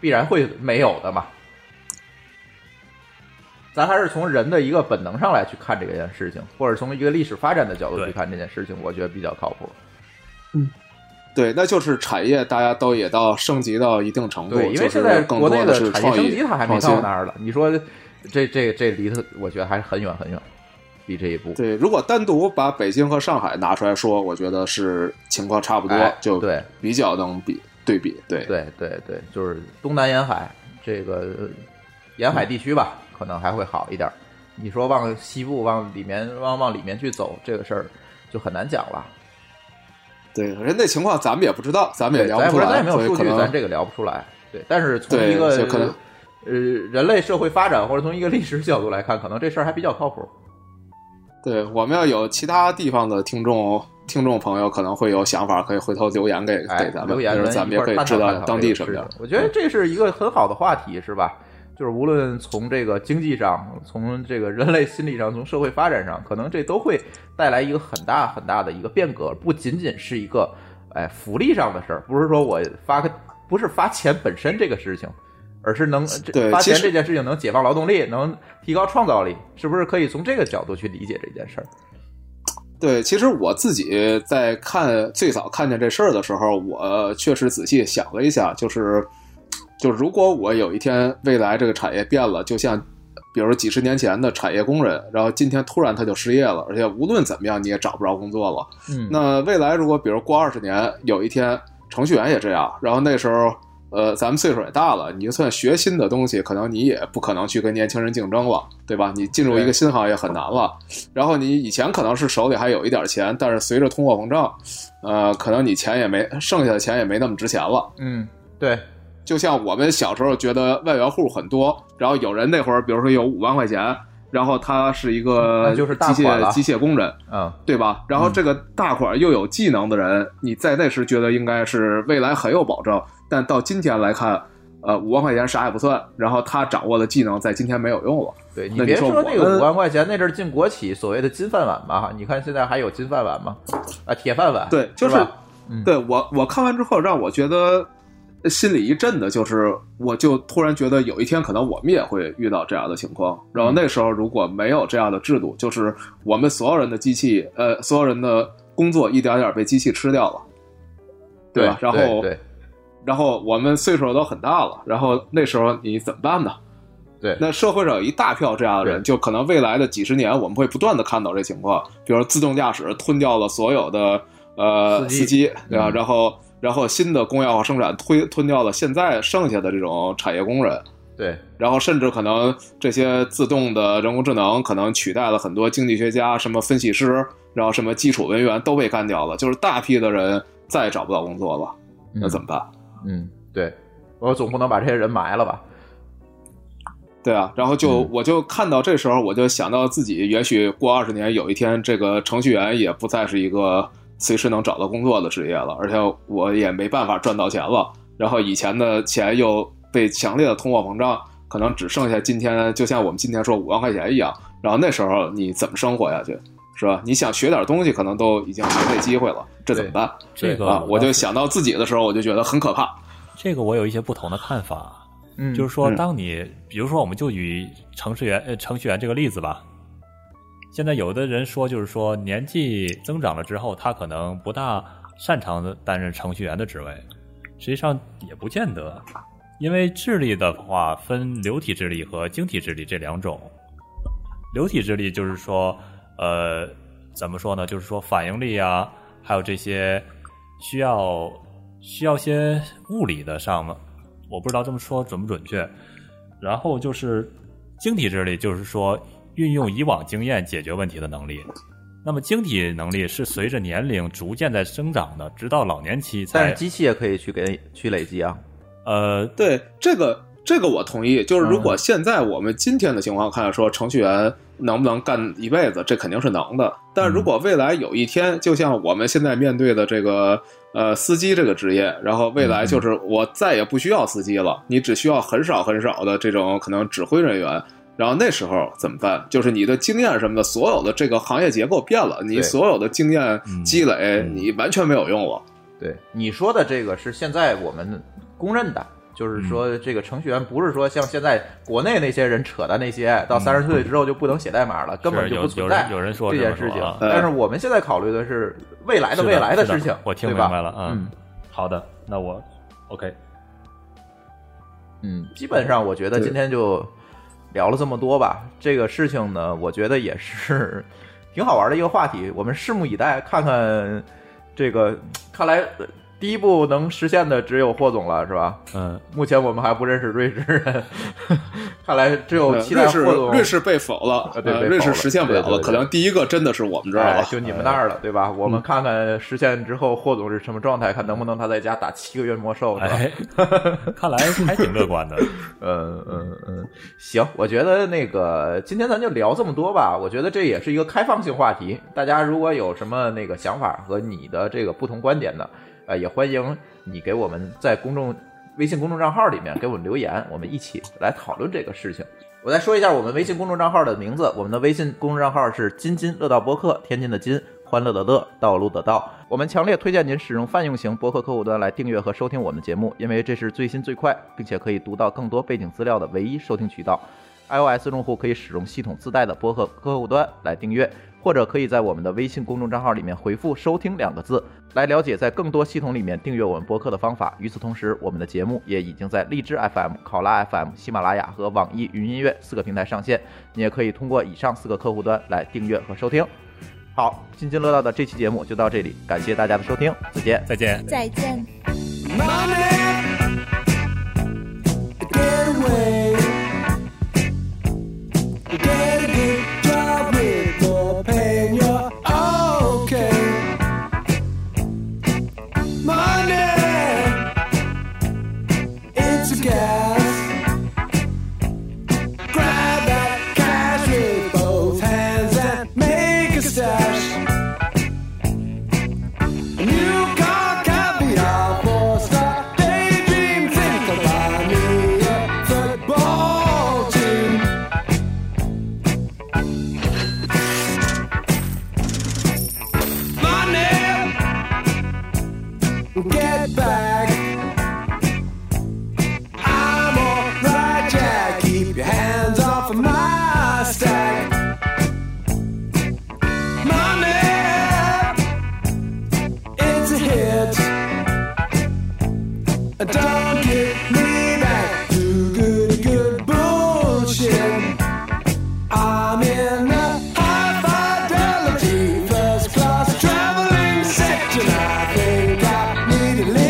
必然会没有的嘛。咱还是从人的一个本能上来去看这件事情，或者从一个历史发展的角度去对看这件事情，我觉得比较靠谱。对，那就是产业大家都也到升级到一定程度，对，因为就现是在更国多内的是产业创升意级它还没创新到那儿了，你说这这这离它，我觉得还是很远很远，离这一步。对，如果单独把北京和上海拿出来说，我觉得是情况差不多，哎就对比较能比对比。对，对对对，就是东南沿海这个沿海地区吧，可能还会好一点儿。你说往西部、往里面、往往里面去走，这个事儿就很难讲了。对，人那情况咱们也不知道，咱们也对，聊咱也出不是咱来也，没所有以数可据，能咱这个聊不出来。对，但是从对一个就可能呃人类社会发展，或者从一个历史角度来看，可能这事儿还比较靠谱。对，我们要有其他地方的听众听众朋友可能会有想法，可以回头留言给哎给咱们，留言就是咱们也可以知道当地什么样嗯样。。我觉得这是一个很好的话题，是吧？就是无论从这个经济上，从这个人类心理上，从社会发展上，可能这都会带来一个很大很大的一个变革，不仅仅是一个哎福利上的事儿，不是说我发个不是发钱本身这个事情，而是能这对发钱其实这件事情能解放劳动力，能提高创造力，是不是可以从这个角度去理解这件事儿？对，其实我自己在看最早看见这事儿的时候，我确实仔细想了一下，就是，就如果我有一天未来这个产业变了，就像，比如几十年前的产业工人，然后今天突然他就失业了，而且无论怎么样你也找不着工作了。嗯那未来如果比如过二十年，有一天程序员也这样，然后那时候。呃，咱们岁数也大了，你就算学新的东西，可能你也不可能去跟年轻人竞争了，对吧？你进入一对个新行业很难了。然后你以前可能是手里还有一点钱，但是随着通货膨胀，呃，可能你钱也没剩下的钱也没那么值钱了。嗯，对，就像我们小时候觉得外援户很多，然后有人那会儿，比如说有五万块钱，然后他是一嗯个那就是机大款了械机械工人，嗯，对吧？然后这个大款儿又有技能的人，你在那时觉得应该是未来很有保障，但到今天来看，呃，五万块钱啥也不算，然后他掌握的技能在今天没有用了。对你那你别说说我那个们五万块钱，那阵儿进国企所谓的金饭碗吧，你看现在还有金饭碗吗？啊，铁饭碗。对，就是是吧嗯对我我看完之后，让我觉得心里一震的，就是我就突然觉得有一天可能我们也会遇到这样的情况。嗯然后那时候如果没有这样的制度，就是我们所有人的机器，呃，所有人的工作一点点被机器吃掉了，对吧？然后对然后我们岁数都很大了，然后那时候你怎么办呢？对对那社会上有一大票这样的人，对就可能未来的几十年，我们会不断的看到这情况，比如自动驾驶吞掉了所有的呃司机司机，对吧？嗯然后然后新的工业化生产推吞掉了现在剩下的这种产业工人，对然后甚至可能这些自动的人工智能可能取代了很多经济学家、什么分析师，然后什么基础文员都被干掉了，就是大批的人再也找不到工作了，那怎么办？嗯对，我总不能把这些人埋了吧？哎对啊，然后就、嗯我就看到这时候，我就想到自己也许过二十年，有一天这个程序员也不再是一个随时能找到工作的职业了，而且我也没办法赚到钱了。然后以前的钱又被强烈的通货膨胀，可能只剩下今天，就像我们今天说五万块钱一样。然后那时候你怎么生活下去，是吧？你想学点东西，可能都已经没那机会了，这怎么办这个啊？我就倒想到自己的时候，我就觉得很可怕。这个我有一些不同的看法，嗯，就是说，嗯当你比如说，我们就以程序员呃程序员这个例子吧，现在有的人说，就是说年纪增长了之后，他可能不大擅长地担任程序员的职位，实际上也不见得，啊因为智力的话分流体智力和晶体智力这两种，流体智力就是说，呃，怎么说呢？就是说反应力啊，还有这些需要需要些物理的上嘛，我不知道这么说准不准确。然后就是晶体智力，就是说运用以往经验解决问题的能力。那么晶体能力是随着年龄逐渐在生长的，直到老年期但是才机器也可以去给去累积啊。呃对这个这个我同意，就是如嗯果现在我们今天的情况看，说程序员能不能干一辈子，这肯定是能的。但嗯如果未来有一天，就像我们现在面对的这个呃司机这个职业，然后未来嗯就是我再也不需要司机了，你只需要很少很少的这种可能指挥人员。然后那时候怎么办？就是你的经验什么的，所有的这个行业结构变了，你对所有的经验嗯积累，嗯你完全没有用了。对，你说的这个是现在我们公认的，就是嗯说这个程序员不是说像现在国内那些人扯的那些，到三十岁嗯之后就不能写代码了，根本就不存在有有人有人说这这件么说事情啊。嗯但是我们现在考虑的是未来的未来的事是情的，我听对明吧白了，嗯嗯，好的，那我 OK，嗯，基本上我觉得今天就聊了这么多吧。这个事情呢，我觉得也是 (laughs) 挺好玩的一个话题，我们拭目以待，看看这个。看来呃第一步能实现的只有霍总了，是吧？嗯，目前我们还不认识瑞士人， (laughs) 看来只有呃期待瑞士霍总。瑞士被否了，啊对呃被瑞否士了实现不了对对了，对可能第一个真的是我们这儿哎了，，嗯就你们那儿了，对吧？我们看看实现之后，霍总是什么状态，看能不能他在家打七个月魔兽。是吧哎， (laughs) 看来还挺乐观的，嗯嗯嗯，行，我觉得那个今天咱就聊这么多吧。我觉得这也是一个开放性话题，大家如果有什么那个想法和你的这个不同观点呢，呃，也欢迎你给我们在公众微信公众账号里面给我们留言，我们一起来讨论这个事情。我再说一下我们微信公众账号的名字，我们的微信公众账号是“津津乐道播客”，天津的津，欢乐的乐，道路的道。我们强烈推荐您使用泛用型播客客户端来订阅和收听我们节目，因为这是最新最快，并且可以读到更多背景资料的唯一收听渠道。iOS 用户可以使用系统自带的播客客户端来订阅，或者可以在我们的微信公众账号里面回复“收听”两个字，来了解在更多系统里面订阅我们播客的方法。与此同时，我们的节目也已经在荔枝 FM、考拉 FM、喜马拉雅和网易云音乐四个平台上线，你也可以通过以上四个客户端来订阅和收听。好，津津乐道的这期节目就到这里，感谢大家的收听，再见。再见。再见。 Money, get away. Get a good job with more pay, and you're okay. Money, it's a gas. Grab that cash with both hands and make a stash. New car caviar for starting. Keep your hands off of my stack. Money, it's a hit. Don't get me back to good, good bullshit. I'm in a high fidelity first class traveling section. I think I need a lift.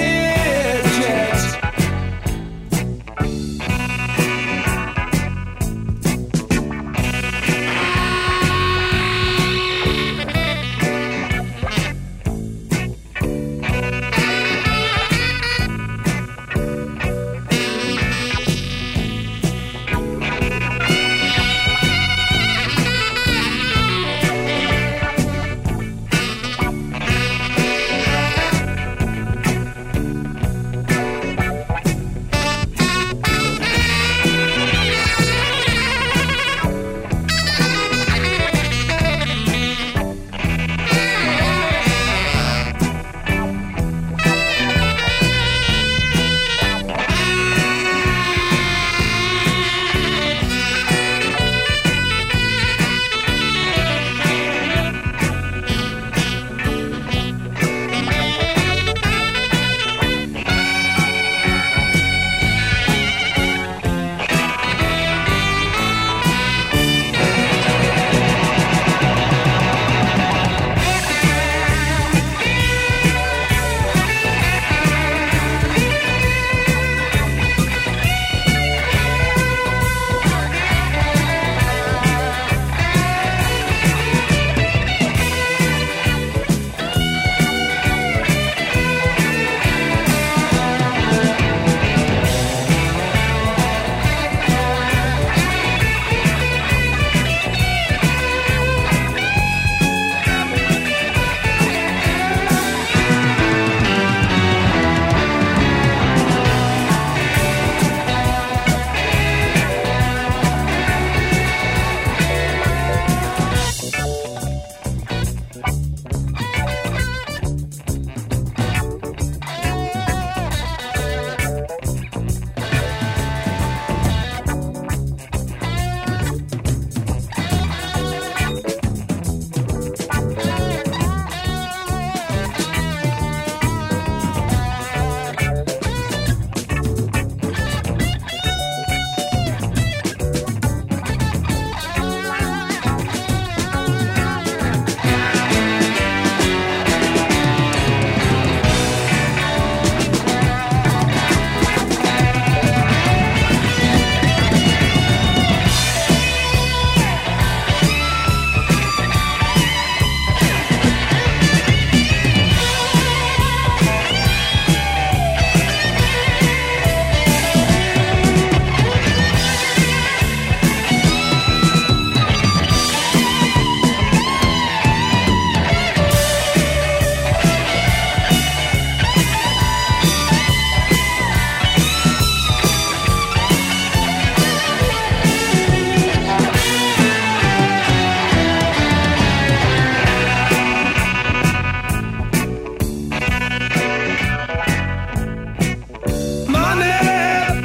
Money,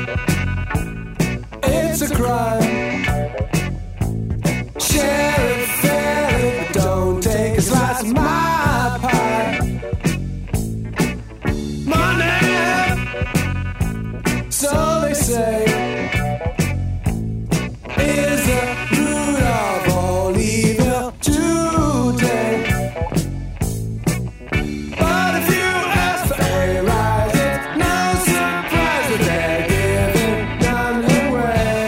it's a crime. Share it fairly, but don't take a slice of my pie. Money, so they say, is the root of all evil today. But if you ask for a rise, it's no surprise that they're giving none away,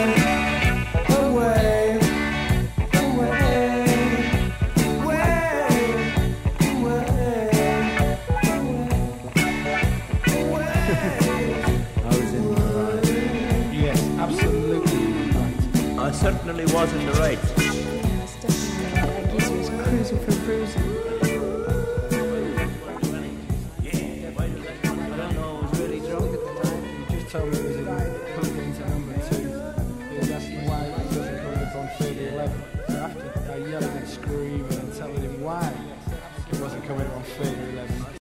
away, away, away, away, away, away. Yes, absolutely right. I certainly was in the right. I don't know, I was really drunk at the time. You just told me